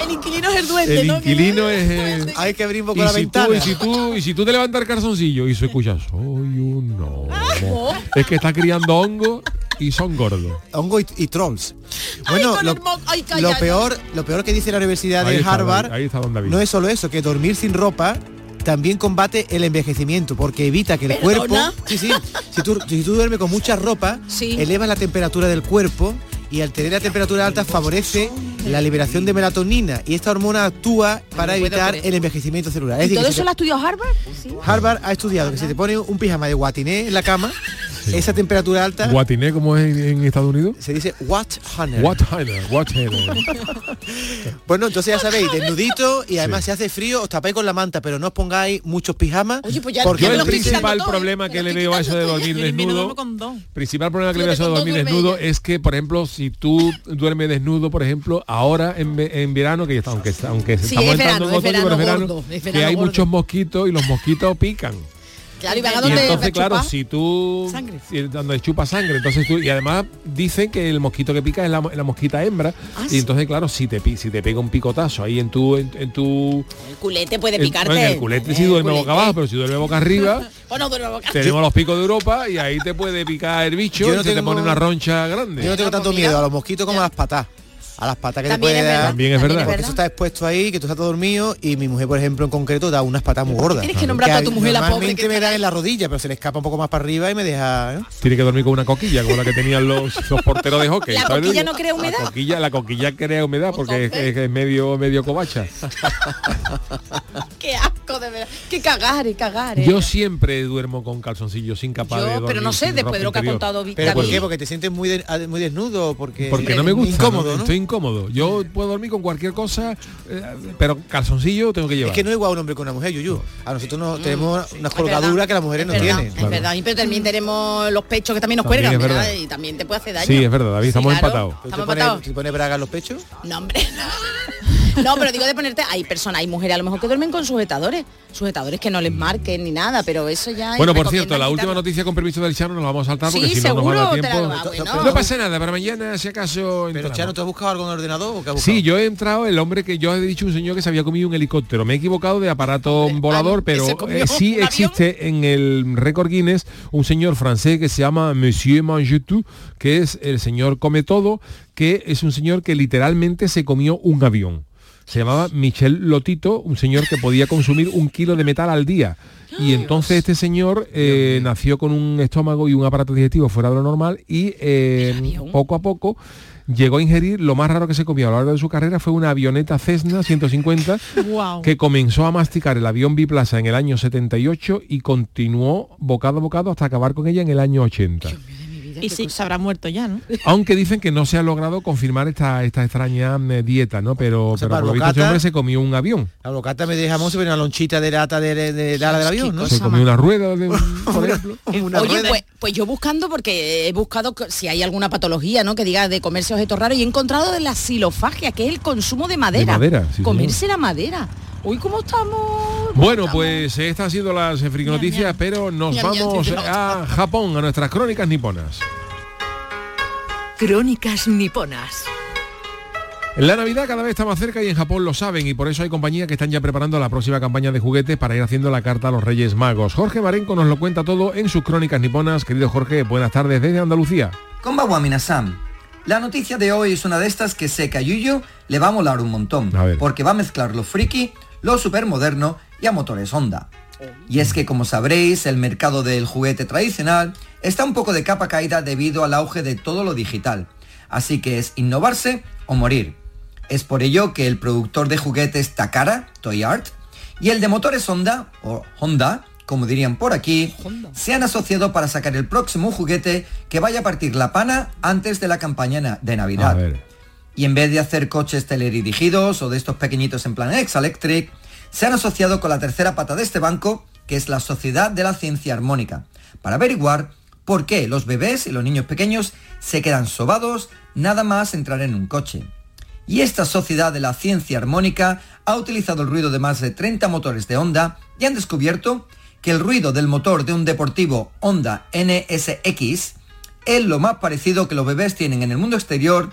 S10: El inquilino es el duende,
S7: el
S10: ¿no?
S7: inquilino es el-
S8: Hay que abrir un poco
S7: y
S8: la
S7: si
S8: ventana.
S7: Tú, y, si tú, y si tú te levantas el calzoncillo y se escucha, soy un gnomo".
S8: Oh.
S7: Es que está criando hongo y son gordos.
S8: Hongo y, y trolls. Bueno, lo,
S10: ay,
S8: lo
S10: calla,
S8: peor, lo peor que dice la Universidad
S7: Ahí
S8: de
S7: está,
S8: Harvard
S7: David, ahí está don David.
S8: no es solo eso, que dormir sin ropa también combate el envejecimiento porque evita que el
S9: ¿Perdona?
S8: cuerpo sí, sí, si, tú, si tú duermes con mucha ropa elevas la temperatura del cuerpo y al tener la temperatura alta favorece la liberación de melatonina y esta hormona actúa para
S10: No puedo
S8: evitar
S10: creer.
S8: el envejecimiento celular Es
S10: ¿Y
S8: decir,
S10: todo
S8: que si
S10: eso
S8: te-
S10: lo ha estudiado Harvard? Sí.
S8: Harvard ha estudiado que si te pone un pijama de guatiné en la cama esa temperatura alta
S7: Guatiné, como es en, en Estados Unidos.
S8: se dice what hunter
S7: What Tyler, what Tyler.
S8: Bueno, entonces ya sabéis, desnudito y además si hace frío os tapáis con la manta, pero no os pongáis muchos pijamas.
S10: pues
S7: Yo el
S8: principal
S7: principal problema que le veo a eso de dormir desnudo, principal problema que le veo a eso de dormir desnudo es que, por ejemplo, si tú duermes desnudo, por ejemplo, ahora en, ve- en verano, que ya está, aunque, está- aunque
S10: Sí,
S7: estamos
S10: es
S7: entrando
S10: verano,
S7: en
S10: es
S7: otoño, pero
S10: verano
S7: es verano,
S10: gordo, es
S7: que
S10: verano
S7: hay
S10: gordo.
S7: muchos mosquitos y los mosquitos pican.
S10: Claro, y va a
S7: Y
S10: donde
S7: entonces, claro,
S10: chupar.
S7: si tú
S10: Sangre.
S7: si- donde chupa sangre, entonces tú y además dicen que el mosquito que pica es la, mo- la mosquita hembra
S10: Ah,
S7: y
S10: sí.
S7: entonces claro, si te pi- si te pega un picotazo ahí en tu en, en tu
S10: El culete puede
S7: en-
S10: picarte.
S7: en Eh, el culete si duerme boca abajo, pero si duerme boca
S10: <laughs>
S7: arriba,
S10: O no duerme boca
S7: tenemos los picos de Europa y ahí te puede picar el bicho
S8: Yo
S7: y
S8: no
S7: se te
S8: tengo-
S7: pone una roncha grande.
S8: Yo no tengo
S10: Ah, pues
S8: tanto miedo a los mosquitos como a las patas. A las patas que
S7: También
S8: te
S7: es
S8: puede
S7: verdad,
S8: dar.
S7: También es también verdad. es
S8: Porque eso está expuesto ahí, que tú estás todo dormido y mi mujer, por ejemplo, en concreto, da unas patas muy gordas.
S10: Tienes que nombrar a tu mujer, la pobre,
S8: Normalmente me da en la rodilla, pero se le escapa un poco más para arriba y me deja... ¿eh?
S7: Tiene que dormir con una coquilla como la que tenían los, los porteros de hockey.
S10: La
S7: ¿sabes?
S10: coquilla no crea humedad.
S7: La coquilla, la coquilla crea humedad porque es, es- es medio medio covacha.
S10: Qué asco, de verdad. Qué cagar, eh, cagar. eh.
S7: Yo siempre duermo con calzoncillos sin capaz
S10: Yo,
S7: de
S10: pero
S7: dormir
S10: no sé,
S7: sin
S10: después
S7: ropa
S10: de lo que ha
S7: interior.
S10: contado Vic
S8: ¿Pero por
S7: David.
S8: qué? ¿Porque te sientes muy, de- a- muy desnudo? o Porque,
S7: Porque no me gusta,
S8: Incómodo,
S7: no,
S8: ¿no?
S7: estoy incómodo. Yo puedo dormir con cualquier cosa, eh, pero calzoncillo tengo que llevar.
S8: Es que no es igual un hombre con una mujer, Yuyu. A nosotros no, tenemos unas
S10: Mm. verdad.
S8: colgaduras que las mujeres no
S10: Es verdad,
S8: tienen.
S10: Es verdad, y pero
S7: Mm.
S10: también tenemos los pechos que también nos
S8: También
S10: cuelgan,
S8: es
S10: ¿verdad?
S8: verdad.
S10: Y también te puede hacer daño.
S7: Sí, es verdad, David, estamos
S10: claro,
S7: empatados.
S10: estamos
S8: ¿Tú
S10: empatados.
S8: pones, tú pones braga en los pechos?
S10: No, hombre, no. No, pero digo de ponerte, hay personas, hay mujeres a lo mejor que duermen con sujetadores, sujetadores que no les marquen ni nada, pero eso ya
S7: Bueno, por
S10: recomiendan
S7: cierto, la última
S10: quitarlo.
S7: noticia con permiso del Chano nos la vamos a saltar porque
S10: Sí,
S7: si no nos va a dar
S10: seguro, te la-
S7: tiempo.
S10: ah, bueno.
S7: No pasa nada, para mañana si acaso
S8: Pero
S7: entramos.
S8: Chano, ¿tú has buscado algo en el ordenador o qué has buscado?
S7: Sí, yo he entrado, el hombre que yo he dicho un señor que se había comido un helicóptero. Me he equivocado de aparato volador, pero
S8: se comió
S7: eh, sí
S8: un avión.
S7: existe en el récord Guinness un señor francés que se llama Monsieur Mange Tout, que es el señor come todo, que es un señor que literalmente se comió un avión. Se llamaba Michel Lotito, un señor que podía consumir un kilo de metal al día. Y entonces este señor eh, nació con un estómago y un aparato digestivo fuera de lo normal y eh, poco a poco llegó a ingerir, lo más raro que se comió a lo largo de su carrera fue una avioneta Cessna 150
S11: Wow.
S7: que comenzó a masticar el avión biplaza en el año 78 y continuó bocado a bocado hasta acabar con ella en el año 80.
S11: Y sí, se habrá muerto ya, ¿no?
S7: Aunque dicen que no se ha logrado confirmar esta, esta extraña eh, dieta, ¿no? Pero, pero
S8: para
S7: por lo visto
S8: bocata-
S7: ese hombre se comió un avión.
S8: La bocata me deja monse, pero una lonchita de lata de, de, de- de ala del avión, ¿no?
S7: Se comió una rueda de un- por ejemplo.
S10: Oye, pues, pues yo buscando, porque he buscado co- si hay alguna patología, ¿no? Que diga de comerse objetos raros y he encontrado de la silofagia, que es el consumo de madera.
S7: madera, sí,
S10: comerse la madera. Uy, ¿cómo estamos?
S7: Bueno, pues estas han sido las frigonoticias, pero nos
S10: Ñam, ñam,
S7: vamos eh,
S10: sí, sí,
S7: a Japón, a nuestras crónicas niponas.
S4: Crónicas niponas.
S7: La Navidad cada vez está más cerca y en Japón lo saben y por eso hay compañías que están ya preparando la próxima campaña de juguetes para ir haciendo la carta a los Reyes Magos. Jorge Marenco nos lo cuenta todo en sus crónicas niponas. Querido Jorge, buenas tardes desde Andalucía.
S13: Konbawa minasan. La noticia de hoy es una de estas que sé que a Yuyo le va a molar un montón, porque va a mezclar lo friki, lo supermoderno y a motores Honda. Y es que, como sabréis, el mercado del juguete tradicional está un poco de capa caída debido al auge de todo lo digital. Así que es innovarse o morir. Es por ello que el productor de juguetes Takara, Toy Art, y el de motores Honda, o Honda, como dirían por aquí, se han asociado para sacar el próximo juguete que vaya a partir la pana antes de la campaña na- de Navidad. Y en vez de hacer coches teledirigidos o de estos pequeñitos en plan Ex Electric, se han asociado con la tercera pata de este banco, que es la Sociedad de la Ciencia Armónica, para averiguar por qué los bebés y los niños pequeños se quedan sobados nada más entrar en un coche. Y esta Sociedad de la Ciencia Armónica ha utilizado el ruido de más de 30 motores de Honda y han descubierto que el ruido del motor de un deportivo Honda NSX es lo más parecido que los bebés tienen en el mundo exterior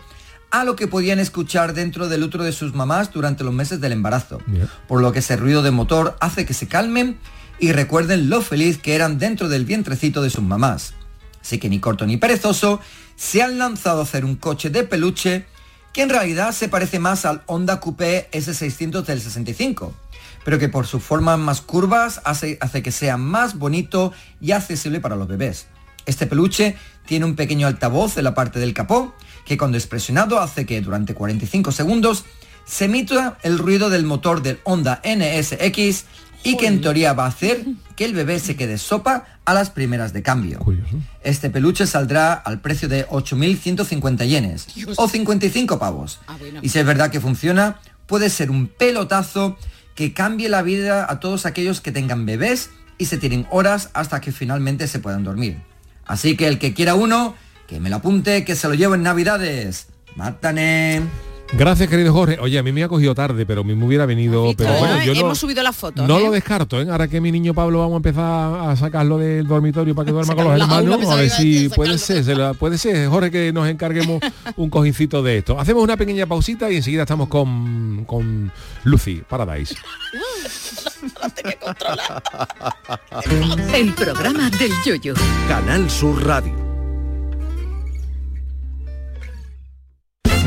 S13: a lo que podían escuchar dentro del útero de sus mamás durante los meses del embarazo por lo que ese ruido de motor hace que se calmen y recuerden lo feliz que eran dentro del vientrecito de sus mamás. Así que ni corto ni perezoso, se han lanzado a hacer un coche de peluche que en realidad se parece más al Honda Coupé S600 del 65, pero que por sus formas más curvas hace, hace que sea más bonito y accesible para los bebés. Este peluche tiene un pequeño altavoz en la parte del capó que cuando es presionado hace que durante 45 segundos se emita el ruido del motor del Honda NSX y que en teoría va a hacer que el bebé se quede sopa a las primeras de cambio. Este peluche saldrá al precio de 8.150 yenes o 55 pavos.
S8: Ah,
S13: Y si es verdad que funciona, puede ser un pelotazo que cambie la vida a todos aquellos que tengan bebés y se tienen horas hasta que finalmente se puedan dormir. Así que el que quiera uno, que me lo apunte, que se lo llevo en Navidades. Mátane.
S8: Gracias, querido Jorge. Oye, a mí me ha cogido tarde, pero a mí me hubiera
S7: Oh,
S8: venido... Pero
S15: Además,
S10: ¿eh?
S8: bueno, yo
S15: hemos
S8: no,
S15: subido las fotos.
S8: no
S15: ¿eh?
S8: lo descarto, ¿eh? Ahora que mi niño Pablo vamos a empezar a sacarlo del dormitorio para que duerma con los
S15: Sacarlo. Ah,
S8: hermanos,
S15: pensaba que
S8: a ver
S15: iba a
S8: si puede ser, se la- puede ser, Jorge, que nos
S11: <laughs>
S8: encarguemos un cojincito de esto. Hacemos una pequeña pausita y enseguida estamos con, con Lucy Paradise.
S4: El programa del yoyo.
S16: Canal Sur Radio.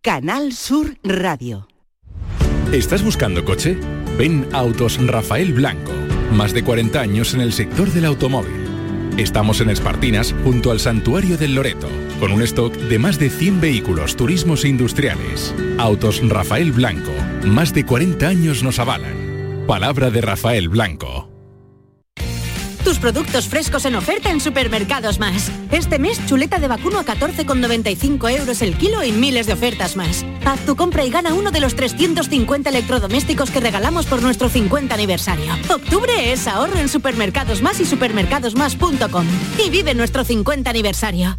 S17: Canal Sur Radio.
S7: ¿Estás buscando coche? Ven a Autos Rafael Blanco. Más de 40 años en el sector del automóvil. Estamos en Espartinas, junto al Santuario del Loreto, con un stock de más de 100 vehículos, turismos e industriales. Autos Rafael Blanco. Más de 40 años nos avalan. Palabra de Rafael Blanco.
S10: Tus productos frescos en oferta en Supermercados Más. Este mes, chuleta de vacuno a 14,95 euros el kilo y miles de ofertas más. Haz tu compra y gana uno de los 350 electrodomésticos que regalamos por nuestro 50 aniversario. Octubre es ahorro en Supermercados Más y supermercadosmás.com. Y vive nuestro 50 aniversario.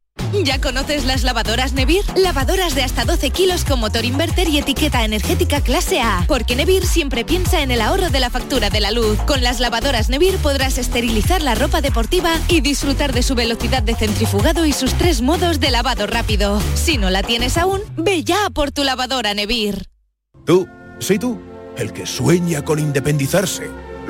S1: ¿Ya conoces las lavadoras Nevir? Lavadoras de hasta 12 kilos con motor inverter y etiqueta energética clase A. Porque Nevir siempre piensa en el ahorro de la factura de la luz. Con las lavadoras Nevir podrás esterilizar la ropa deportiva y disfrutar de su velocidad de centrifugado y sus tres modos de lavado rápido. Si no la tienes aún, ve ya a por tu lavadora Nevir.
S18: Tú, sí tú, el que sueña con independizarse.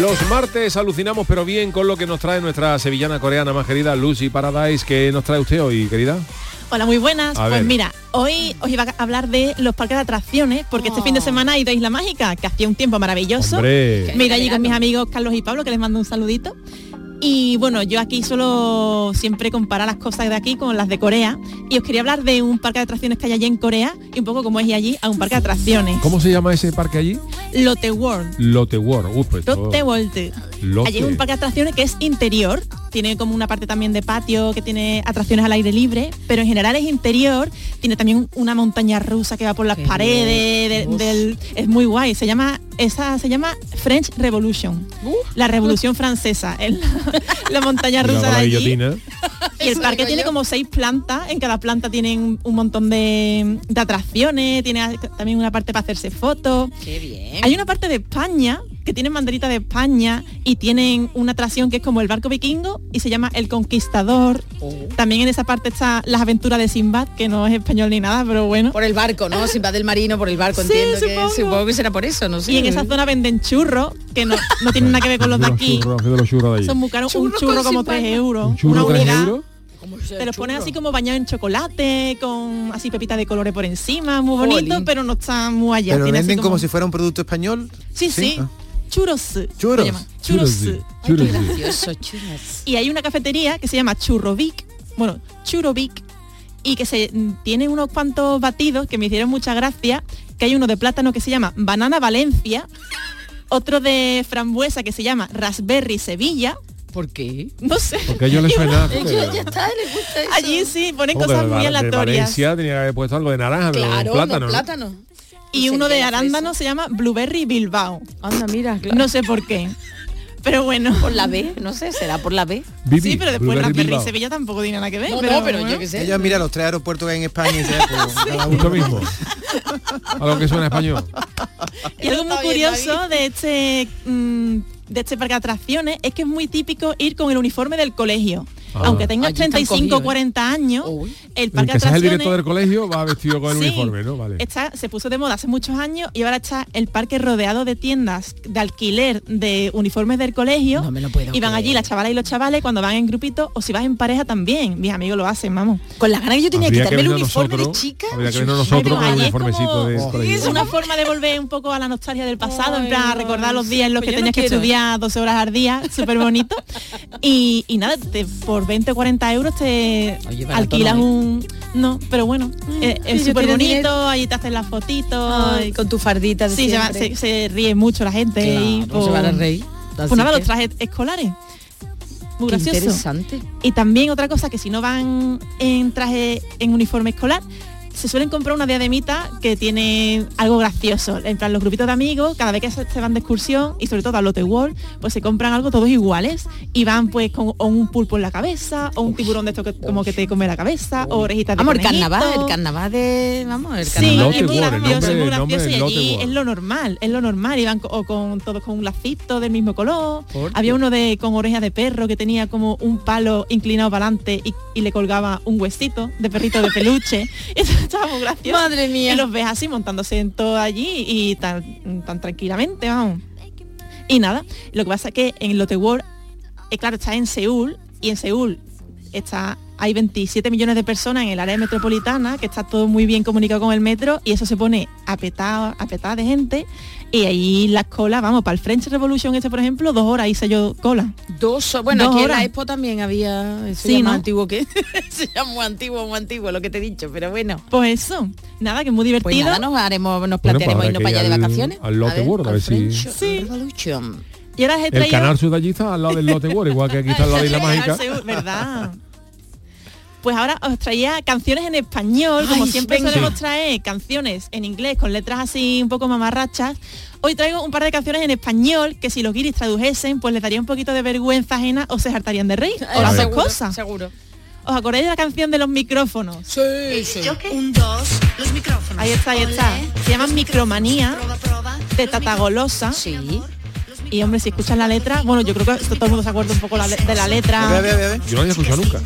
S7: Los martes alucinamos, pero bien con lo que nos trae nuestra sevillana coreana más querida, Lucy Paradise. que nos trae usted hoy, querida?
S11: Hola, muy buenas.
S7: A
S11: pues
S7: ver.
S11: mira, hoy os iba a hablar de los parques de atracciones, porque este fin de semana he ido a Isla Mágica, que hacía un tiempo maravilloso.
S7: Hombre.
S11: Me he ido allí con mis amigos Carlos y Pablo, que les mando un saludito. Y bueno, yo aquí solo siempre comparo las cosas de aquí con las de Corea. Y os quería hablar de un parque de atracciones que hay allí en Corea y un poco cómo es ir allí a un parque de atracciones.
S7: ¿Cómo se llama ese parque allí?
S11: Lotte World.
S7: Lotte World. Uy, pues, todo.
S11: Lotte World.
S7: Lotte.
S11: Allí es un parque de atracciones que es interior, tiene como una parte también de patio, que tiene atracciones al aire libre, pero en general es interior, tiene también una montaña rusa que va por las paredes, de- del- es muy guay, se llama, esa se llama French Revolution, la revolución francesa, <laughs> es la, la montaña
S7: Cuidado
S11: rusa
S7: con la
S11: de allí.
S7: guillotina.
S11: Y el
S10: Eso
S11: parque
S10: digo
S11: tiene
S10: yo.
S11: como seis plantas, en cada planta tienen un montón de, de atracciones, tiene a- también una parte para hacerse fotos.
S10: Qué bien.
S11: Hay una parte de España que tienen banderita de España y tienen una atracción que es como el barco vikingo y se llama El Conquistador. También en esa parte está las aventuras de Sinbad, que no es español ni nada, pero bueno.
S10: Por el barco, ¿no? Sinbad del Marino, por el barco,
S11: Sí,
S10: entiendo que
S11: supongo.
S10: supongo que será por eso, no sé.
S11: Y en
S8: eh.
S11: esa zona venden churros, que no, no tienen nada que ver con los de aquí.
S7: Churros, de los churros de allí.
S11: Son muy caros, un
S10: Churros
S11: churro
S10: con
S11: como 3
S10: Sinbad.
S11: euros.
S7: ¿Un churro
S11: una
S7: tres
S11: unidad.
S7: euros?
S11: Te los pones así como bañado en chocolate, con así pepita de colores por encima, muy bonito, pero no está muy allá.
S8: Pero
S11: tiene así
S8: venden como... si fuera un producto español.
S11: Sí, sí.
S8: Ah.
S11: Churros. lo
S8: Churros.
S11: llaman.
S8: Churros,
S11: Churros.
S8: sí. Churros, sí.
S11: Y hay una cafetería que se llama Churrovic, bueno, Churrovic, y que se mm, tiene unos cuantos batidos que me hicieron mucha gracia, que hay uno de plátano que se llama Banana Valencia, otro de frambuesa que se llama Raspberry Sevilla.
S10: ¿Por qué?
S11: No sé.
S7: Porque a ellos les
S11: Y
S7: suena-
S11: una-
S7: Ellos ya
S11: <laughs> Allí sí, ponen
S7: Hombre,
S11: cosas
S7: de
S11: muy
S7: Val- de
S11: aleatorias.
S7: Valencia tenía que haber puesto algo de naranja, pero un plátano. ¿no?
S11: Y uno de arándano se llama Blueberry Bilbao. Anda, mira, No sé por
S10: <laughs>
S11: qué. Pero bueno. Por la B, no sé, será por la B.
S8: Bibi,
S11: sí, pero después
S8: Blueberry
S11: Raspberry
S8: Bilbao.
S11: Sevilla tampoco tiene nada que ver.
S10: No, no,
S11: pero,
S10: pero yo
S11: bueno.
S10: qué sé.
S8: Ellos mira los tres aeropuertos que hay en España y se <laughs> pues, cada uno.
S7: Lo Ah, mismo. Algo que suena español.
S11: Y algo muy curioso de este mm, de este parque de atracciones es que es muy típico ir con el uniforme del colegio.
S7: Ah.
S11: Aunque tengas
S7: Allí están
S11: 35
S7: cogidos, ¿eh?
S11: o 40 años, el
S7: El
S11: parque de
S7: que sea el
S11: atracciones
S7: director del colegio va vestido con el
S11: Sí. Este
S7: uniforme, ¿no? Vale.
S11: está- se puso de moda hace muchos años y ahora está el parque rodeado de tiendas de alquiler de uniformes del colegio. y van allí las chavalas y los chavales cuando van en grupito o si vas en pareja también. Mis amigos lo hacen, vamos. Con las ganas que yo
S7: Habría que vernos nosotros- Habría que vernos nosotros con el uniformecito de
S10: eh,
S7: colegio.
S11: es una forma de volver un poco a la nostalgia del pasado, en plan, a recordar los días en los
S10: Pues
S11: que
S10: yo no
S11: tenías que
S10: quiero,
S11: estudiar 12 horas al día, súper bonito. y, y nada, te- por 20 o 40 euros te
S10: barato
S11: alquilas
S10: no es.
S11: un... No, pero bueno, eh,
S10: Mm. sí,
S11: es
S10: yo
S11: súper
S10: quiero
S11: bonito,
S10: dinero.
S11: allí te hacen las fotitos.
S10: Ay, con tu fardita de
S11: Sí, se, va-
S10: siempre.
S11: se- se ríe mucho la gente. y,
S10: Claro, se van a reír,
S11: Pues
S10: así
S11: nada,
S10: que-
S11: los trajes escolares. Muy
S10: Qué
S11: gracioso.
S10: interesante.
S11: Y también otra cosa que si no van en traje en uniforme escolar, se suelen comprar una diademita que tiene algo gracioso. En plan, los grupitos de amigos, cada vez que se se van de excursión y sobre todo a Lotte World, pues se compran algo todos iguales y van pues con o un pulpo en la cabeza o un tiburón de esto que como que te come la cabeza o orejitas de
S10: Vamos, el
S11: conejito.
S10: carnaval, el carnaval de. Vamos, el
S11: Sí,
S10: carnaval.
S11: es muy gracioso, es muy
S10: nombre
S11: gracioso y
S10: del Lotte
S11: allí
S10: World.
S11: es lo normal, es lo normal. Iban co- o con todos con un lacito del mismo color.
S10: ¿Por qué?
S11: Había uno de con orejas de perro que tenía como un palo inclinado para adelante y, y le colgaba un huesito de perrito de <laughs> peluche. Eso estaba muy gracioso.
S10: Madre mía.
S11: Y los ves así montándose en todo allí y tan, tan tranquilamente, vamos. Y nada, lo que pasa es que en Lotte World, eh, claro, está en Seúl y en Seúl está hay 27 millones de personas en el área metropolitana, que está todo muy bien comunicado con el metro y eso se pone apetado, apetada de gente y ahí las colas, vamos, para el French Revolution este, por ejemplo, dos horas hice yo cola.
S10: Dos, ho- bueno,
S11: Dos
S10: aquí en
S11: horas.
S10: la Expo también había. Eso
S11: Sí,
S10: ya es
S11: ¿no?
S10: más antiguo que. <laughs> se llama muy antiguo, muy antiguo, lo que te he dicho, pero bueno.
S11: Pues eso, nada, que es muy divertido.
S10: Pues nada, nos haremos, nos
S7: Bueno,
S10: plantearemos
S7: pues
S10: irnos
S7: habrá
S10: para
S7: que
S10: allá
S7: ir
S10: de
S7: al-
S10: vacaciones.
S7: Al Lotte World, a ver si...
S11: Sí. Y ahora he
S7: El
S11: traído-
S7: canal sur de allí está al lado del Lotte World, igual que aquí está al lado de Isla Mágica.
S11: Seúl, ¿Verdad? Pues ahora os traía canciones en español, como
S10: Ay,
S11: siempre
S10: venga.
S11: solemos traer canciones en inglés con letras así un poco mamarrachas. Hoy traigo un par de canciones en español que si los guiris tradujesen, pues les daría un poquito de vergüenza ajena o se hartarían de reír. O las dos cosas.
S10: Eh, Seguro.
S11: ¿Os acordáis de la canción de los micrófonos?
S1: Eh,
S10: Sí,
S11: Un, dos, los micrófonos. Ahí está, ahí está. Se llama Micromanía de Tatagolosa.
S10: Sí.
S11: Y hombre, si escuchas la letra, bueno, yo creo que esto todo el mundo se acuerda un poco la le- de la letra.
S7: Ve, ve, ve, ve. Yo no había escuchado nunca.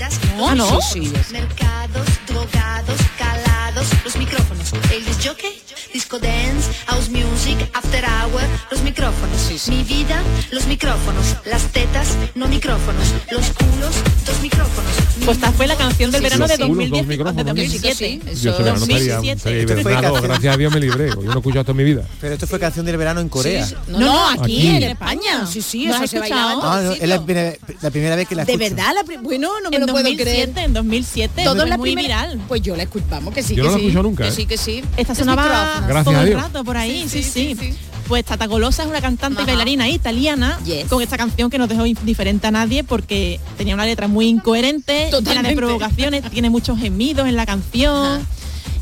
S11: Ah, no.
S10: Sí, sí, ya sé.
S1: Mercados, drogados, calados, los micrófonos. El disc jockey, disco dance, house music, after hour, los micrófonos. Mi vida, los micrófonos. Las tetas, no micrófonos. Los culos, dos micrófonos.
S11: Pues esta fue la canción del verano de
S7: Los culos, dos
S11: 2010, de
S7: micrófonos.
S11: 2007.
S7: Yo ese verano estaría- estaría
S8: Esto fue
S7: hibernado,
S8: cáncer.
S7: gracias a Dios me libré. porque Yo no he escuchado esto en mi vida.
S8: Pero esto fue canción del verano en Corea.
S10: Sí, sí. No, no, aquí,
S7: Aquí.
S10: en España. Sí, sí,
S11: ¿No
S10: eso
S11: has
S10: se
S11: escuchado?
S10: bailaba. en todos
S8: Ah, no,
S10: sitios.
S8: es la, primera- la primera vez que la
S10: de
S8: escucho.
S10: verdad, la pri- bueno, no me
S11: En
S10: lo puedo
S11: 2007,
S10: creer.
S11: en 2007.
S10: Todo
S11: fue
S10: la
S11: muy
S10: primera.
S11: viral.
S10: Pues yo la escuchamos que sí.
S7: Yo
S10: que
S7: no la
S10: sí,
S7: he escuchado nunca,
S10: Que
S7: ¿eh?
S10: sí, que sí.
S11: Esta
S10: Los
S11: sonaba
S10: micrófonos.
S7: Gracias
S11: todo
S7: a
S11: el
S7: Dios.
S11: rato por ahí, sí, sí. Pues Tata Golosa es una cantante y bailarina italiana con esta canción que nos dejó indiferente a nadie porque tenía una letra muy incoherente, llena
S10: Totalmente.
S11: de provocaciones, tiene muchos gemidos en la canción.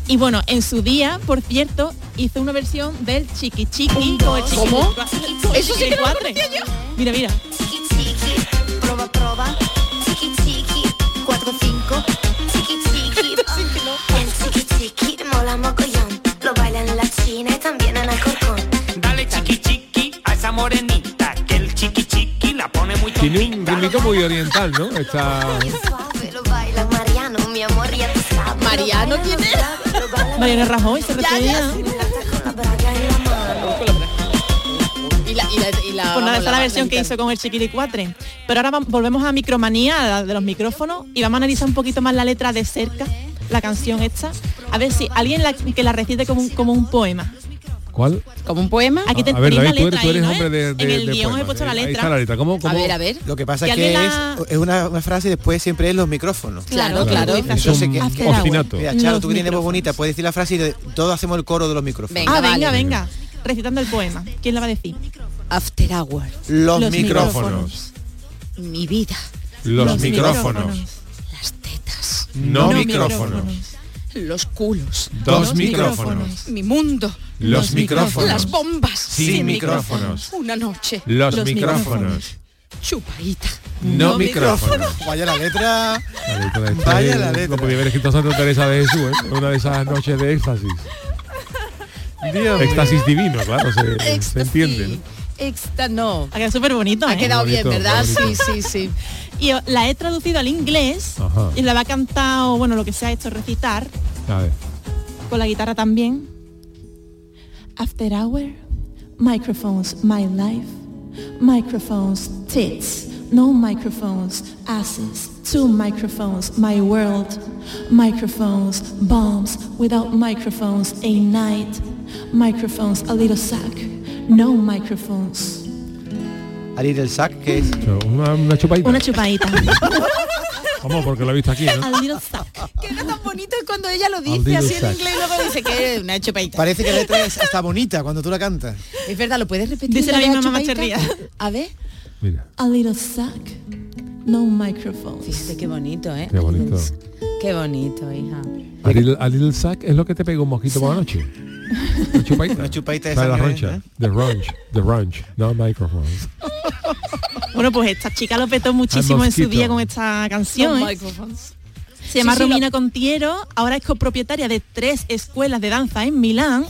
S11: Y bueno, en su día, por cierto, hizo una versión del Chiqui Chiqui con el Chiqui
S10: Oh, ¿Cómo?
S11: con el
S10: Eso sí que no lo
S11: chiquilicuatre. Mira, mira.
S1: Proba, proba. Tiki, tiki. Cuatro, cinco. Tiki, tiki.
S11: <laughs>
S1: El tiki, tiki mola mogollón. Lo bailan en la China y también en Alcorcón.
S19: Dale chiqui chiqui a esa morenita, que el chiqui chiqui la pone muy
S7: Tiene un ritmito muy oriental, ¿no? Está...
S1: Lo baila Mariano, mi amor, ya tú sabes.
S10: Mariano
S1: Lo baila,
S10: tiene-
S1: lo sabe, lo baila
S11: Mariano Rajoy se
S1: Ya,
S11: refería.
S1: ya, sí, con la braga en la mano.
S10: Y la, y la, y la,
S11: Pues nada,
S10: vamos,
S11: esa es la versión que hizo con el Chiquilicuatre. Pero ahora vam- volvemos a Micromanía, a la de los micrófonos, y vamos a analizar un poquito más la letra de cerca, la canción esta. A ver si alguien la- que la recite como un, como un poema.
S7: ¿Cuál?
S10: ¿Como un poema?
S11: Aquí te-
S7: a ver,
S11: tenéis
S7: David,
S11: la
S7: tú
S11: letra
S7: eres, tú
S11: ahí,
S7: eres
S11: ¿no?
S7: hombre de, de-
S11: En el
S7: de
S11: guión he
S7: poemas.
S11: puesto la
S7: Ahí
S11: letra.
S7: está la letra. ¿Cómo, cómo?
S8: Lo que pasa
S11: Que
S8: es que
S11: alguien
S8: es,
S11: la-
S8: es una, una frase y después siempre es los micrófonos.
S10: Claro, claro.
S7: Es
S8: Entonces,
S7: un
S8: que,
S7: obstinato.
S8: Mira, Charo, tú
S11: Los
S8: que tienes voz bonita, puedes decir la frase y de- todos hacemos el coro de los micrófonos.
S11: ah, venga, venga. Recitando el poema. ¿Quién la va a decir?
S10: After Hour.
S8: Los,
S11: Los
S8: micrófonos.
S10: Mi vida.
S7: Los,
S10: Los
S7: micrófonos. Las tetas. No,
S10: No
S7: micrófonos.
S10: Los culos.
S7: Dos micrófonos.
S10: Mi mundo.
S7: Los Los micrófonos.
S10: Las bombas.
S7: Sin micrófonos.
S10: Una noche.
S7: Los, micrófonos.
S10: Chupaíta.
S7: No micrófonos.
S8: <laughs> Vaya la letra.
S7: Vaya la letra. Lo podía haber escrito Santa Teresa de Jesús, ¿eh? una de esas noches de éxtasis. éxtasis divino, claro, se, se entiende. ¿no?
S10: Esta no.
S11: Ha quedado súper bonito.
S10: Ha quedado bien,
S7: Bonito,
S10: ¿verdad?
S7: bonito.
S10: Sí, sí, sí.
S11: Y o- la he traducido al inglés
S7: Ajá.
S11: y la va a cantar, o bueno, lo que sea esto, recitar.
S7: A ver.
S11: con la guitarra también. After hour, microphones, my life, microphones, tits, no microphones, asses, two microphones, my world, microphones, bombs, without microphones, a night, microphones, a little sack, no microphones.
S8: Al ir el sac, que es.
S7: Una, una chupadita.
S11: Una <laughs> chupadita.
S7: Vamos, porque lo he visto aquí, ¿no?
S11: a little sack.
S10: Que era tan bonito es cuando ella lo
S7: Al
S10: dice
S7: little
S10: así en
S7: sack.
S10: inglés y luego dice que es una chupaíta.
S8: Parece que la letra es hasta bonita cuando tú la cantas.
S10: Es verdad, ¿lo puedes repetir?
S11: Dice la
S10: de
S11: misma mamá
S10: chupaíta?
S11: Cherría.
S10: A ver.
S11: A little sack, no microphones.
S10: Fíjate qué bonito, ¿eh?
S7: Qué bonito.
S10: Qué bonito, hija.
S7: A little, a little sack es lo que te pega un mosquito por la noche. Una chupadita.
S8: Una chupadita de
S7: Para la
S8: sangre,
S7: roncha.
S8: ¿eh?
S7: The ranch. The ranch. No microphones.
S11: Bueno, pues esta chica lo petó muchísimo
S7: Al
S11: en su
S7: mosquito.
S11: día con esta canción. ¿eh? Se llama
S10: Sí, sí,
S11: Romina Contiero, ahora es copropietaria de tres escuelas de danza en Milán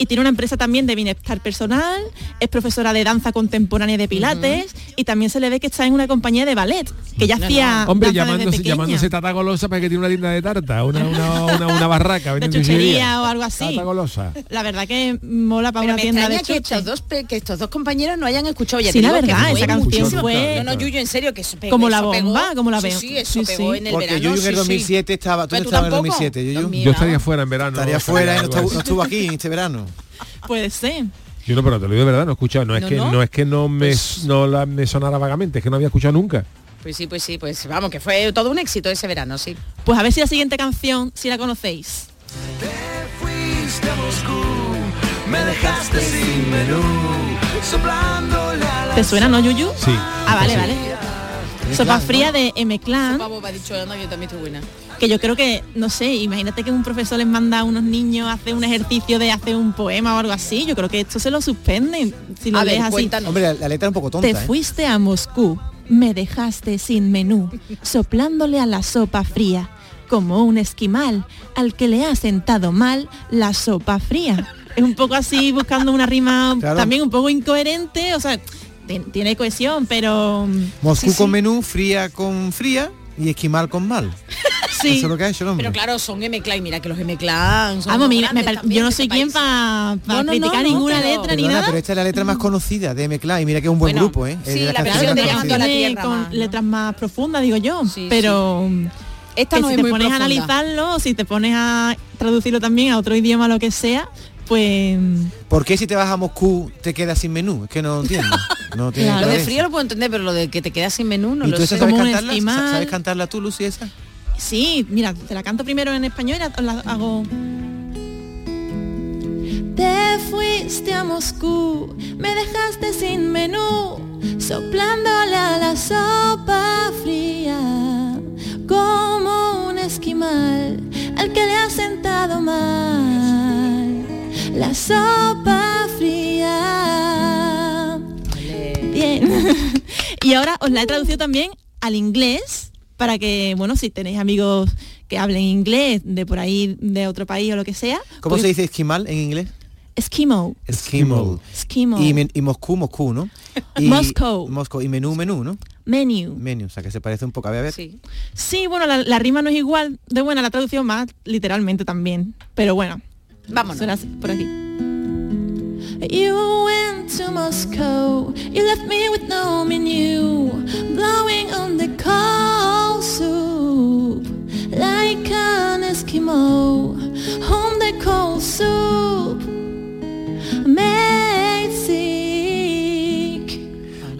S11: y tiene una empresa también de bienestar personal, es profesora de danza contemporánea de Pilates y también se le ve que está en una compañía de ballet, que ya hacía...
S7: Hombre,
S11: Ah, danza desde
S7: llamándose,
S11: pequeña.
S7: llamándose Tata Golosa para que tiene una tienda de tarta, una, una, una, una barraca.
S11: Una
S7: vendiendo chuchería.
S11: chuchería o algo así.
S7: Tata Golosa.
S11: La verdad que mola para
S10: Pero
S11: una
S10: me
S11: tienda de
S10: extraña que
S11: chuches.
S10: estos, dos, pe- que estos dos compañeros no hayan escuchado ya
S11: Sí,
S10: te
S11: la
S10: digo que
S11: verdad,
S10: fue
S11: esa canción
S10: muchísimo.
S11: fue-
S10: No, no, Yuyo, en serio, que eso pegó,
S11: Como la
S10: eso pegó.
S11: bomba, como la
S10: Sí,
S11: veo.
S10: sí, eso
S11: Sí,
S10: pegó
S11: sí.
S10: en el
S8: Porque
S10: verano.
S8: yo en
S10: sí,
S8: el
S10: sí.
S8: 2007 estaba... ¿Tú no
S10: Pero tú
S8: estabas en el
S10: tampoco.
S8: 2007, Yuyu?
S7: Yo estaría fuera en verano.
S8: Estaría fuera y no
S7: algo
S8: estuvo,
S7: así.
S8: no estuvo aquí este verano.
S11: Puede ser.
S7: Yo no, pero te lo digo de verdad, no he escuchado. No es
S10: No,
S7: que
S10: no.
S7: no, es que no me,
S11: Pues-
S7: no la, me sonara vagamente, es que no había escuchado nunca.
S10: Pues sí, pues sí, pues vamos, que fue todo un éxito ese verano, sí.
S11: Pues a ver si la siguiente canción, si la conocéis.
S9: fuiste a Moscú, me dejaste sin menú, soplándole a la
S11: ¿Te suena, no, Yuyu?
S7: Sí.
S11: Ah, vale, vale. Sopa fría de M-Clan.
S10: Pavo ha dicho, no, yo también estoy buena.
S11: que yo creo que, no sé, imagínate que un profesor les manda a unos niños a hacer un ejercicio de hacer un poema o algo así, yo creo que esto se lo suspenden si lo
S10: A ver,
S11: lees así.
S10: cuéntanos.
S8: Hombre, la, la letra es un poco tonta,
S11: Te
S8: ¿eh?
S11: fuiste a Moscú, me dejaste sin menú, soplándole a la sopa fría, como un esquimal al que le ha sentado mal la sopa fría. Es un poco así buscando una rima también un poco incoherente, o sea, ti- tiene cohesión, pero
S8: Moscú
S11: Sí, sí.
S8: con menú, fría con fría y esquimal con mal.
S10: Sí.
S8: Eso es lo que ha hecho el hombre.
S10: Pero claro, son M-Clan, mira que los M-Clan son
S11: Vamos,
S10: muy
S11: mi- me
S10: grandes
S11: pare-
S10: también
S11: yo no
S10: en este
S11: soy quien
S10: país.
S11: para
S10: No, no, no,
S11: criticar
S10: no,
S11: ninguna
S10: pero-
S11: letra ni
S8: Perdona,
S11: nada.
S8: pero esta es la letra más conocida de Mecla y mira que es un buen grupo, ¿eh? Es
S11: sí,
S8: de las
S11: la
S8: canciones
S11: versión
S8: más
S11: de Llegando a la
S8: conocidas.
S11: Tierra con letras más profundas, digo yo. pero
S10: Esta
S11: que
S10: no
S11: si
S10: es
S11: te
S10: muy
S11: pones
S10: profunda.
S11: a analizarlo, si te pones a traducirlo también a otro idioma, lo que sea, pues
S8: ¿Por qué si te vas a Moscú te quedas sin menú? Es que no
S10: <laughs>
S8: entiendo. No tiene
S10: Lo de
S8: cabeza.
S10: frío lo puedo entender, pero lo de que te quedas sin menú no
S8: ¿Y
S10: lo
S8: tú
S10: sé.
S8: esa sabes cantarla? ¿Sa- ¿Sabes cantarla tú, Lucy, esa?
S11: sí, mira, te la canto primero en español y la, la hago.
S2: Te fuiste a Moscú, me dejaste sin menú, soplándola la sopa fría, como un esquimal al que le ha sentado mal la sopa fría.
S11: Bien. <laughs> y ahora os la he traducido también al inglés para que, bueno, si tenéis amigos que hablen inglés de por ahí, de otro país o lo que sea.
S8: ¿Cómo
S11: pues-
S8: se dice esquimal en inglés?
S11: Esquimo.
S8: Esquimal.
S11: Esquimo.
S8: Y, men- y Moscú, Moscú,
S10: <laughs>
S8: ¿no? Y,
S11: Moscow.
S8: Moscú. Y menú, menú, ¿no?
S11: Menu.
S8: Menú, o sea que se parece un poco. A ver, a ver.
S11: Sí, bueno, la, la rima no es igual de buena, la traducción más literalmente también. Pero bueno,
S10: vámonos.
S11: por aquí.
S2: You went to Moscow, you left me with no menu, blowing on the cold soup like an Eskimo. On the cold soup, made sick.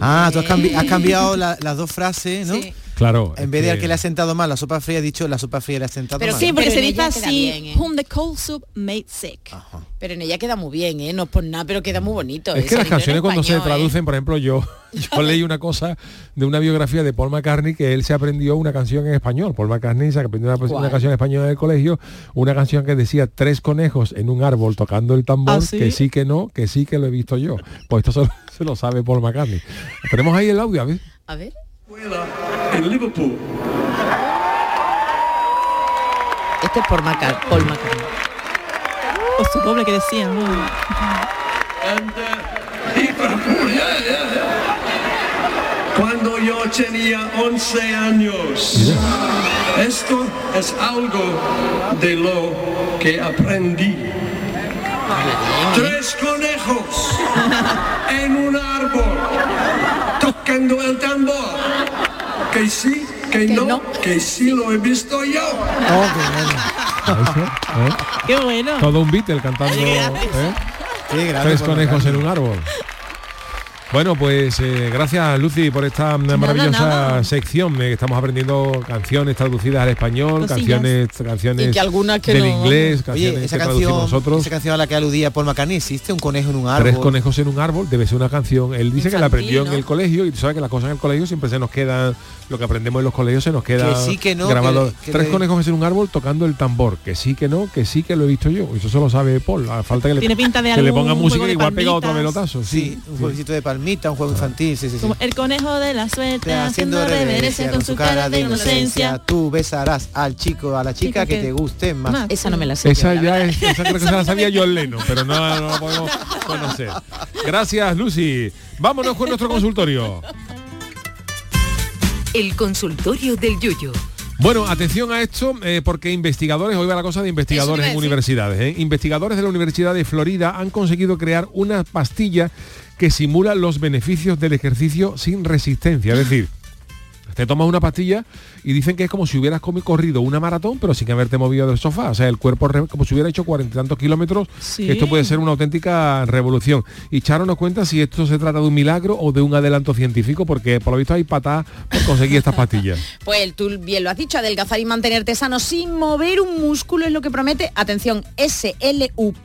S8: Ah, tú has, cambi- has cambiado la- las dos frases, ¿no?
S7: Claro.
S8: En vez de
S7: es
S8: al que le ha sentado mal la sopa fría, ha dicho la sopa fría le ha sentado mal.
S11: sí, porque
S10: Pero
S11: se
S10: en
S11: dice
S10: ella queda
S11: así,
S10: bien, ¿eh?
S11: whom the cold soup made sick.
S10: Pero en ella queda muy bien, ¿eh? No es por nada, pero queda muy bonito.
S7: Es
S10: ¿eh?
S7: que las
S10: Salido en
S7: canciones cuando se
S10: español, ¿eh?
S7: traducen, por ejemplo, yo, <laughs> yo leí una cosa de una biografía de Paul McCartney que él se aprendió una canción en español. Paul McCartney se aprendió una, una canción en español en el colegio, una canción que decía tres conejos en un árbol tocando el tambor,
S3: ¿Ah, sí?
S7: que sí que no, que sí que lo he visto yo. Pues esto se lo, <laughs> se lo sabe Paul McCartney. Tenemos ahí el audio, a ver.
S10: A ver.
S3: En Liverpool.
S10: Este es por Macar, Paul McCartney.
S11: Por su doble que decían. ¿no?
S3: Cuando yo tenía 11 años. Esto es algo de lo que aprendí.
S10: ¿eh?
S3: Tres conejos <laughs> en un árbol tocando el tambor. Que sí, que, no, que sí lo he visto yo.
S10: <laughs>
S11: Qué bueno.
S7: ¿eh? Todo un Beatle cantando
S3: Qué grande.
S7: ¿eh?
S3: Qué grande,
S7: tres
S3: Paul
S7: conejos en un árbol. Bueno, pues eh, gracias Lucy por esta mm, maravillosa
S10: nada.
S7: sección. eh, que estamos aprendiendo canciones traducidas al español,
S10: Cosillas.
S7: canciones, canciones
S10: Y que algunas que
S7: del
S10: no,
S7: inglés,
S8: Oye,
S7: canciones
S8: esa
S7: que traducimos
S8: canción,
S7: nosotros.
S8: esa canción a la que aludía Paul McCartney, ¿existe un conejo en un árbol?
S7: Tres conejos en un árbol debe ser una canción. Él dice que la
S8: Infantil,
S7: aprendió
S8: ¿no?
S7: en el colegio y tú sabes que las cosas en el colegio siempre se nos quedan, lo que aprendemos en los colegios se nos queda
S8: Que sí, que no,
S7: grabado.
S8: que- que
S7: Tres
S8: le-
S7: conejos en un árbol tocando el tambor, que sí, que no, que sí, que lo he visto yo. Eso se lo sabe Paul. A falta que le,
S11: Tiene pinta de
S7: que le
S11: algún
S7: ponga música
S11: juego de
S7: igual pega otro
S11: palmitas.
S7: pelotazo.
S8: Sí, un jueguecito de palmita, un juego infantil, sí, sí, sí.
S11: Como el conejo de la suerte haciendo,
S8: Haciendo
S11: reverencia con su cara de inocencia.
S8: tú besarás al chico, a la chica que te guste más.
S10: Esa no me la
S7: Esa ya es, esa creo que se la sabía John Lennon, pero no, no la podemos conocer. Gracias, Lucy. Vámonos con nuestro consultorio.
S4: El consultorio del Yuyo.
S7: Bueno, atención a esto, eh, porque investigadores, hoy va la cosa de investigadores en universidades. ¿eh? Investigadores de la Universidad de Florida han conseguido crear una pastilla que simula los beneficios del ejercicio sin resistencia. Es decir, te tomas una pastilla y dicen que es como si hubieras comi- corrido una maratón, pero sin haberte movido del sofá. O sea, el cuerpo re- como si hubiera hecho cuarenta y tantos kilómetros.
S3: Sí.
S7: Esto puede ser una auténtica revolución. Y Charo nos cuenta si esto se trata de un milagro o de un adelanto científico, porque por lo visto hay patadas por conseguir estas pastillas.
S10: Pues tú bien lo has dicho, adelgazar y mantenerte sano sin mover un músculo es lo que promete, atención,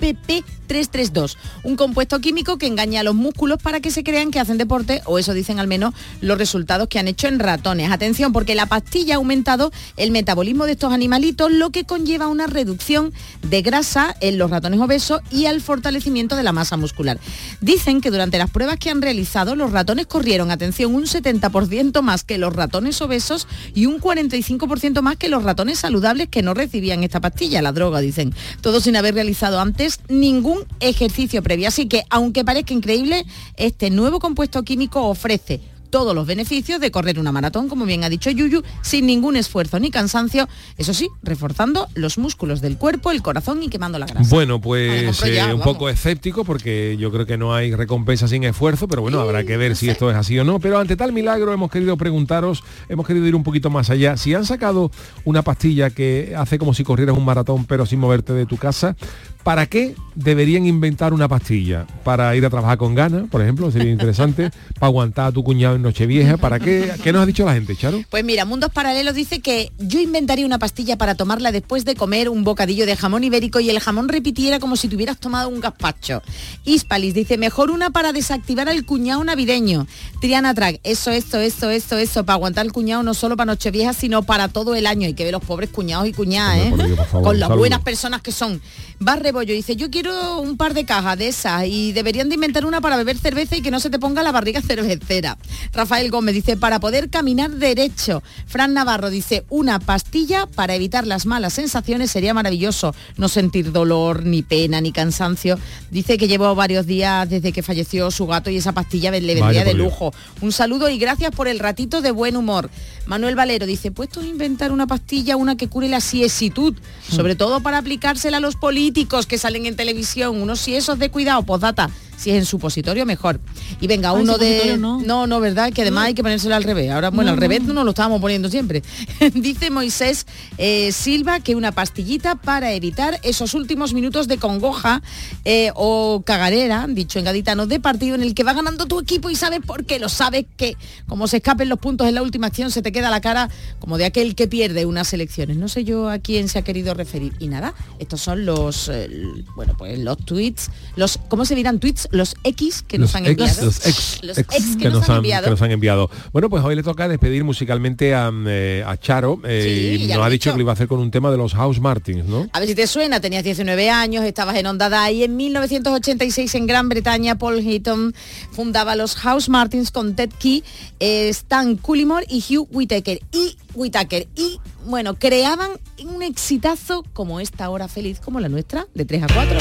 S10: SLUPP332, un compuesto químico que engaña a los músculos para que se crean que hacen deporte, o eso dicen al menos los resultados que han hecho en ratones. Atención, porque la pastilla ha aumentado el metabolismo de estos animalitos, lo que conlleva una reducción de grasa en los ratones obesos y al fortalecimiento de la masa muscular. Dicen que durante las pruebas que han realizado, los ratones corrieron, atención, un 70% más que los ratones obesos y un 45% más que los ratones saludables que no recibían esta pastilla, la droga, dicen. Todo sin haber realizado antes ningún ejercicio previo. Así que, aunque parezca increíble, este nuevo compuesto químico ofrece todos los beneficios de correr una maratón, como bien ha dicho Yuyu, sin ningún esfuerzo ni cansancio, eso sí, reforzando los músculos del cuerpo, el corazón y quemando la grasa.
S7: Bueno, pues
S10: compro
S7: eh,
S10: ya,
S7: un
S10: vamos.
S7: poco escéptico porque yo creo que no hay recompensa sin esfuerzo, pero bueno, habrá que ver si esto es así o no. Pero ante tal milagro hemos querido preguntaros, hemos querido ir un poquito más allá. Si han sacado una pastilla que hace como si corrieras un maratón pero sin moverte de tu casa, ¿para qué deberían inventar una pastilla? ¿Para ir a trabajar con ganas, por ejemplo? Sería <laughs> interesante. ¿Para aguantar a tu cuñado en Nochevieja? ¿Para qué? ¿Qué nos ha dicho la gente, Charo?
S10: Pues mira, Mundos Paralelos dice que yo inventaría una pastilla para tomarla después de comer un bocadillo de jamón ibérico y el jamón repitiera como si tuvieras tomado un gazpacho. Hispalis dice, mejor una para desactivar al cuñado navideño. Triana Track, eso, esto, esto, esto, eso, para aguantar el cuñado no solo para Nochevieja, sino para todo el año. Y que ve los pobres cuñados y cuñadas, ¿eh?
S5: favor,
S10: Con las
S5: saludos.
S10: buenas personas que son. Barrebollo dice, yo quiero un par de cajas de esas y deberían de inventar una para beber cerveza y que no se te ponga la barriga cervecera. Rafael Gómez dice, para poder caminar derecho. Fran Navarro dice, una pastilla para evitar las malas sensaciones sería maravilloso. No sentir dolor, ni pena, ni cansancio. Dice que llevo varios días desde que falleció su gato y esa pastilla le vendría
S6: Vaya
S10: de
S6: por Dios.
S10: lujo. Un saludo y gracias por el ratito de buen humor. Manuel Valero dice, puesto a inventar una pastilla, una que cure la siesitud,
S11: Mm.
S10: sobre todo para aplicársela a los políticos que salen en televisión, unos siesos de cuidado, postdata, si es en supositorio mejor. Y venga,
S11: Ah, en
S10: uno de...
S11: supositorio no.
S10: no, no, ¿verdad? Que además hay que ponérselo al revés. Ahora, bueno,
S11: No,
S10: al
S11: no,
S10: revés no nos lo estábamos poniendo siempre. <laughs> dice Moisés eh, Silva que una pastillita para evitar esos últimos minutos de congoja eh, o cagarera, dicho en gaditano, de partido en el que va ganando tu equipo y sabes por qué, lo sabes que como se escapen los puntos en la última acción se te queda la cara como de aquel que pierde unas elecciones. No sé yo a quién se ha querido referir. Y nada, estos son los, eh, l- bueno, pues los tweets, los, ¿cómo se dirán tweets? Los X que nos
S7: Los
S10: han
S7: ex-
S10: enviado.
S7: los ex-
S10: Los
S7: ex
S10: ex que nos han enviado.
S7: que nos han enviado. Bueno, pues hoy le toca despedir musicalmente a, mm, eh, a Charo. eh, y
S10: ya
S7: nos
S10: lo
S7: ha
S10: he
S7: dicho
S10: dicho.
S7: que lo iba a hacer con un tema de los House Martins, ¿no?
S10: A ver si te suena, tenías 19 años, estabas en Onda Dai. En 1986 en Gran Bretaña, Paul Heaton fundaba los House Martins con Ted Key, eh, Stan Cullimore y Hugh Whitaker. Y Whitaker. Y bueno, creaban un exitazo como esta hora feliz, como la nuestra, de 3 a 4.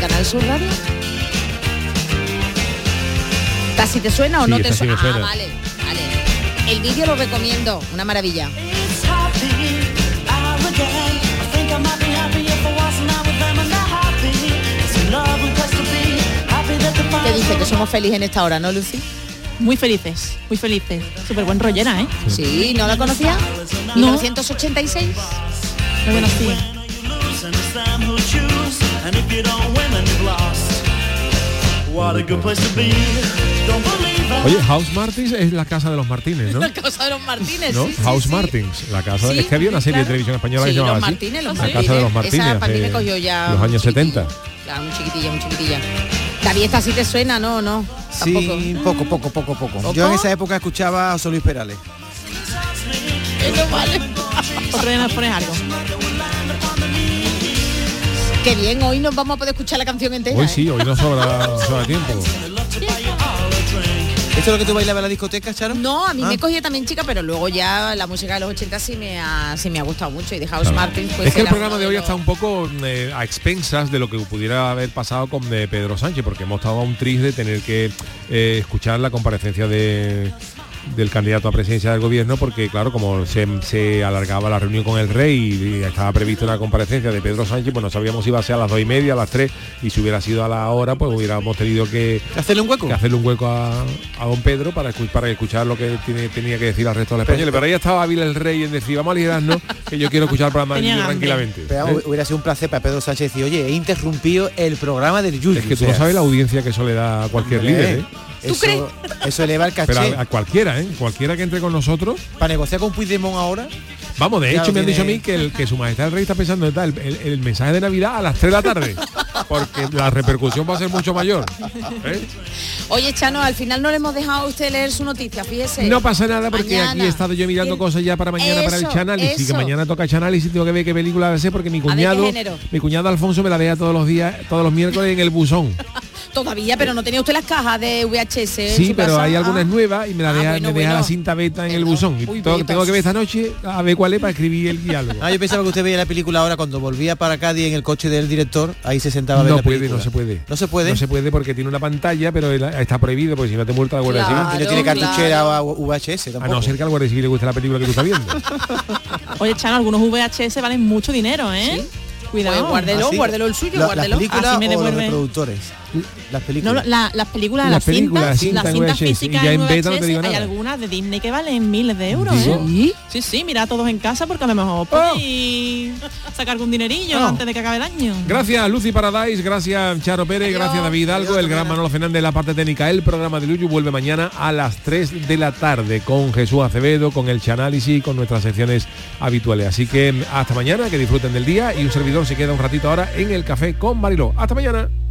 S10: Canal Sur Radio. <laughs> ¿Esta sí te suena o
S7: Sí,
S10: no te
S7: esta sí me
S10: suena?
S7: suena.
S10: Ah, vale, vale. El vídeo lo recomiendo, una maravilla.
S6: It's happy, arrogant. I think I might be happier for once and I'm with them and they're happy. It's a lovely place to be. Happy that the
S10: Te dice que somos felices en esta hora, ¿no, Lucy?
S11: Muy felices, muy felices. Súper buen rollera, ¿eh?
S10: Sí, ¿no la conocía?
S11: No.
S10: 1986.
S11: No conocía.
S6: And it's them who choose. And if you don't win, then you've lost. What a good place to be. Don't believe it.
S7: Oye, House Martins es la casa de los Martínez, ¿no?
S10: <laughs> La casa de los Martínez.
S7: ¿No?
S10: sí, sí,
S7: House
S10: sí.
S7: Martins, la casa
S10: Sí,
S7: es que había una serie
S10: claro.
S7: de televisión española que
S10: Sí,
S7: se llamaba
S10: los
S7: así,
S10: Martínez, los
S7: la casa de los
S10: Martínez.
S7: Martínez,
S10: Esa para mí me
S7: eh,
S10: cogió ya
S7: los años 70.
S10: Ah, un chiquitilla, un chiquitilla. David, esta sí te suena, no, no. Tampoco.
S8: Sí, poco, poco, poco, poco, Yo en esa época escuchaba a José Luis Perales.
S10: Eso vale.
S11: Otro día nos pones algo.
S10: Qué bien, hoy nos vamos a poder escuchar la canción entera.
S7: Hoy
S10: ¿eh?
S7: sí, hoy no sobra, sobra tiempo.
S8: ¿Esto es lo que tú bailabas en la discoteca, Charo?
S10: No, a mí
S8: Ah.
S10: me cogía también chica, pero luego ya la música de los 80 sí me ha, sí me ha gustado mucho y de House
S7: Claro.
S10: Martins pues
S7: es que el
S10: era
S7: programa
S10: uno
S7: de hoy
S10: los-
S7: está un poco eh, a expensas de lo que pudiera haber pasado con eh, Pedro Sánchez, porque hemos estado a un tris de tener que eh, escuchar la comparecencia de del candidato a presidencia del gobierno porque claro como se, se alargaba la reunión con el rey y estaba prevista una comparecencia de Pedro Sánchez pues no sabíamos si iba a ser a las dos y media a las tres y si hubiera sido a la hora pues hubiéramos tenido que hacerle un hueco hacerle un hueco a, a don Pedro para, escu- para escuchar lo que tiene- tenía que decir al resto de los españoles pero ahí estaba Ávila el rey en decir vamos a liderarnos que yo quiero escuchar el programa del
S8: Tenía
S7: Yuyu
S8: hambre.
S7: tranquilamente
S8: Pero,
S7: ¿eh?
S8: vamos, Hubiera sido un placer para Pedro Sánchez decir, oye, he interrumpido el programa del Yuyu.
S7: Es que tú
S8: o
S7: no
S8: sea,
S7: sabes la audiencia que eso le da a cualquier
S8: hombre,
S7: líder, ¿eh?
S8: Eso, eso eleva el
S7: Pero
S8: caché.
S7: a, a cualquiera, ¿eh? Cualquiera que entre con nosotros.
S8: ¿Para negociar con Puigdemont ahora?
S7: Vamos, de
S8: Ya
S7: hecho
S8: lo
S7: me han dicho a
S8: tiene.
S7: mí que, el, que su majestad el rey está pensando en dar el, el- el mensaje de Navidad a las 3 de la tarde. Porque la repercusión va a ser mucho mayor. ¿eh?
S10: Oye, Chano, al final no le hemos dejado a usted leer su noticia, fíjese. Eh,
S7: No pasa nada porque aquí he estado yo mirando cosas ya para mañana para el
S10: Eso,
S7: chanálisis y que
S10: eso.
S7: mañana toca chanálisis tengo que ver qué película va a ser porque mi
S10: qué
S7: cuñado
S10: género. <laughs>
S7: mi cuñado Alfonso me la vea todos los días todos los miércoles en el buzón
S10: Todavía, pero no tenía usted las cajas de VHS. en
S7: Sí,
S10: su
S7: pero
S10: casa?
S7: hay
S10: Ah,
S7: algunas nuevas y me la deja, me deja la cinta beta en el buzón. Y tengo-
S8: betas.
S7: tengo que ver esta noche a ver cuál es para escribir el diálogo.
S8: Ah, yo pensaba que usted veía la película ahora cuando volvía para Cádiz en el coche del director, ahí se sentaba a ver
S7: No
S8: la
S7: puede,
S8: película.
S7: no se puede.
S8: No se puede.
S7: No se puede porque tiene una pantalla, pero él- está prohibido, porque si no te multa la Guardia
S8: y
S7: Civil.
S8: no tiene cartuchera o VHS
S7: A
S8: tampoco.
S7: no ser que al Guardia Civil le guste la película que tú estás viendo.
S11: Ah, Oye, Chano, algunos VHS valen mucho dinero, ¿eh? Cuidado.
S10: Pues guárdelo,
S8: Así.
S10: guárdelo el suyo,
S8: Ah, La-
S10: guárdelo.
S8: Las películas
S11: Así me
S8: o los
S11: devuelve.
S8: reproductores. Las
S11: No,
S8: películas.
S11: lo- la- las películas,
S8: Las
S11: las,
S8: películas,
S11: cintas,
S8: cinta
S11: las
S8: en
S11: cintas
S8: VHS, y
S11: físicas
S8: ya
S11: en
S8: en
S11: VHS,
S8: beta no te digo
S11: hay
S8: nada.
S11: algunas de Disney que valen miles de euros, ¿eh? Sí, sí, mira todos en casa porque a lo
S8: Oh.
S11: mejor podéis sacar algún dinerillo
S7: Oh.
S11: antes de que acabe el año.
S7: Gracias Lucy Paradise, gracias Charo Pérez, gracias David Hidalgo, el gran Manolo Fernández, la parte técnica. El programa de Luyu vuelve mañana a las 3 de la tarde con Jesús Acevedo, con el Chanálisis y con nuestras secciones habituales. Así mm, que hasta mañana, que disfruten del día y un servidor se queda un ratito ahora en el café con Mariló. Hasta mañana.